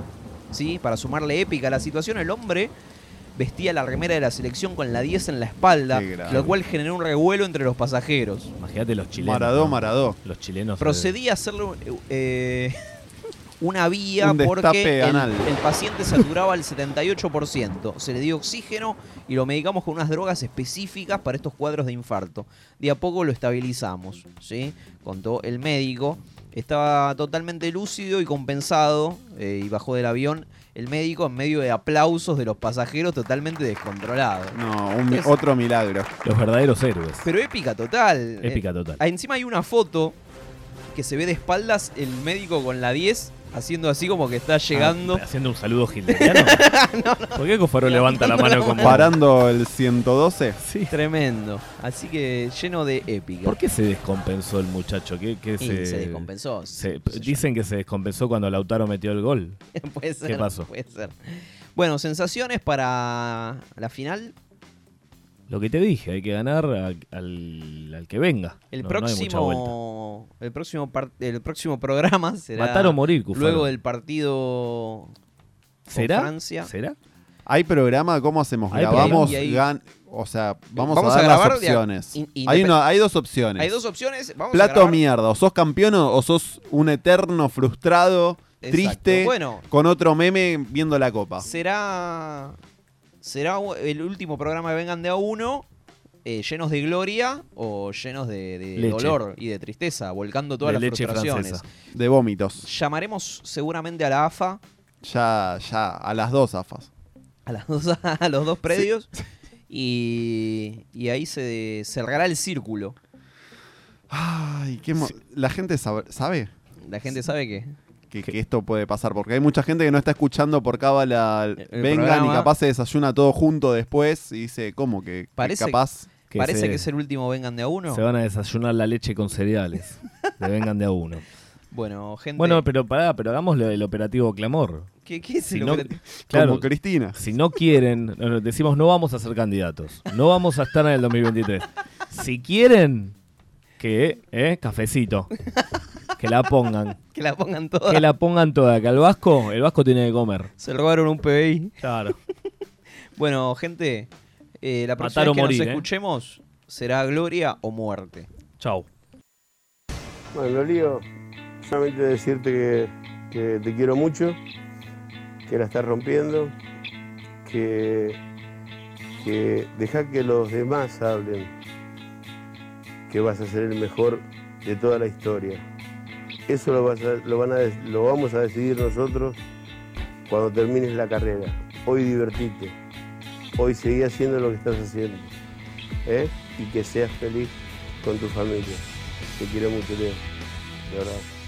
S4: ¿sí? Para sumarle épica a la situación, el hombre vestía la remera de la selección con la 10 en la espalda,
S6: Qué grave.
S4: lo cual generó un revuelo entre los pasajeros.
S6: Imagínate los chilenos.
S5: Maradó,
S6: ¿no?
S5: Maradó.
S6: Los chilenos. eh,
S4: Procedí a hacerle eh, una vía
S5: Un destape
S4: porque el,
S5: anal.
S4: el paciente saturaba al 78%. Se le dio oxígeno y lo medicamos con unas drogas específicas para estos cuadros de infarto. De a poco lo estabilizamos, ¿sí? Contó el médico. Estaba totalmente lúcido y compensado eh, y bajó del avión el médico en medio de aplausos de los pasajeros totalmente descontrolados.
S5: No, un mi-
S4: Es-
S5: otro milagro.
S6: Los verdaderos héroes.
S4: pero épica total.
S6: Épica
S4: Eh,
S6: total.
S4: ah, encima hay una foto que se ve de espaldas el médico con la 10 haciendo así como que está llegando.
S6: Ah, haciendo un saludo hitleriano. ¿Por qué Cufaro levanta la mano como
S5: Parando el 112.
S4: Sí. Tremendo. Así que lleno de épica.
S6: ¿Por qué se descompensó el muchacho? ¿Qué, qué se...
S4: se descompensó,
S6: se- dicen que se descompensó cuando Lautaro metió el gol.
S4: puede ser,
S6: ¿Qué pasó?
S4: Puede ser. Bueno, sensaciones para la final.
S6: Lo que te dije, hay que ganar a- al, al que venga.
S4: El
S6: No, no hay mucha vuelta.
S4: próximo el próximo par- el próximo programa será
S6: Matar o morir, Cufaro.
S4: luego del partido con
S5: ¿Será?
S4: Francia.
S6: ¿Será?
S5: Hay programa, ¿cómo hacemos?
S4: Hay
S5: Grabamos,
S4: programa y hay-
S5: gan- o sea, vamos,
S4: Vamos
S5: a
S4: a
S5: dar
S4: grabar
S5: las
S4: de-
S5: opciones.
S4: in-
S5: hay,
S4: independ-
S5: una- hay dos opciones.
S4: Hay dos opciones. Vamos a
S5: Plato
S4: grabar.
S5: mierda, o sos campeón o o sos un eterno frustrado,
S4: Exacto.
S5: triste,
S4: Bueno.
S5: con otro meme viendo la copa.
S4: Será. Será el último programa de Vengan de a uno. eh, llenos de gloria o llenos de, de
S5: Leche.
S4: dolor y de tristeza, volcando todas
S5: De
S4: las
S5: leche
S4: frustraciones.
S5: francesa. De vómitos.
S4: Llamaremos seguramente a la AFA,
S5: Ya, ya, a las dos afas.
S4: a, las dos- a los dos predios, y, y ahí se cerrará el círculo.
S5: Ay, qué mo- La gente sabe, sabe
S4: La gente sabe que.
S5: que, que esto puede pasar, porque hay mucha gente que no está escuchando por cábala. el-
S4: el
S5: Vengan
S4: programa.
S5: y capaz se desayuna todo junto después y dice, ¿cómo que, que
S4: Parece,
S5: capaz?
S6: que
S4: parece
S6: se-
S4: que es el último Vengan de a uno.
S6: Se van a desayunar la leche con cereales. Le vengan de a uno.
S4: Bueno, gente.
S6: Bueno, pero pará, pero hagamos lo del operativo clamor.
S4: ¿Qué- qué es el operativo?
S5: Como Cristina.
S6: Si no quieren, no, no, decimos no vamos a ser candidatos. No vamos a estar en el 2023. Si quieren, que, eh, cafecito. Que la pongan.
S4: Que la pongan toda.
S6: Que la pongan toda. Que al Vasco, el Vasco tiene que comer.
S4: Se robaron un PBI.
S6: Claro.
S4: bueno, gente, eh, la próxima
S6: Matar o
S4: vez que
S6: morir,
S4: nos
S6: ¿eh?
S4: escuchemos será gloria o muerte.
S6: Chau.
S14: Bueno, Glorio, solamente decirte que, que te quiero mucho, que la estás rompiendo, que, que deja que los demás hablen, que vas a ser el mejor de toda la historia. Eso lo, vas a- lo van a de- lo vamos a decidir nosotros cuando termines la carrera. Hoy divertite, hoy seguí haciendo lo que estás haciendo ¿eh? y que seas feliz con tu familia. Te quiero mucho, Leo. De verdad.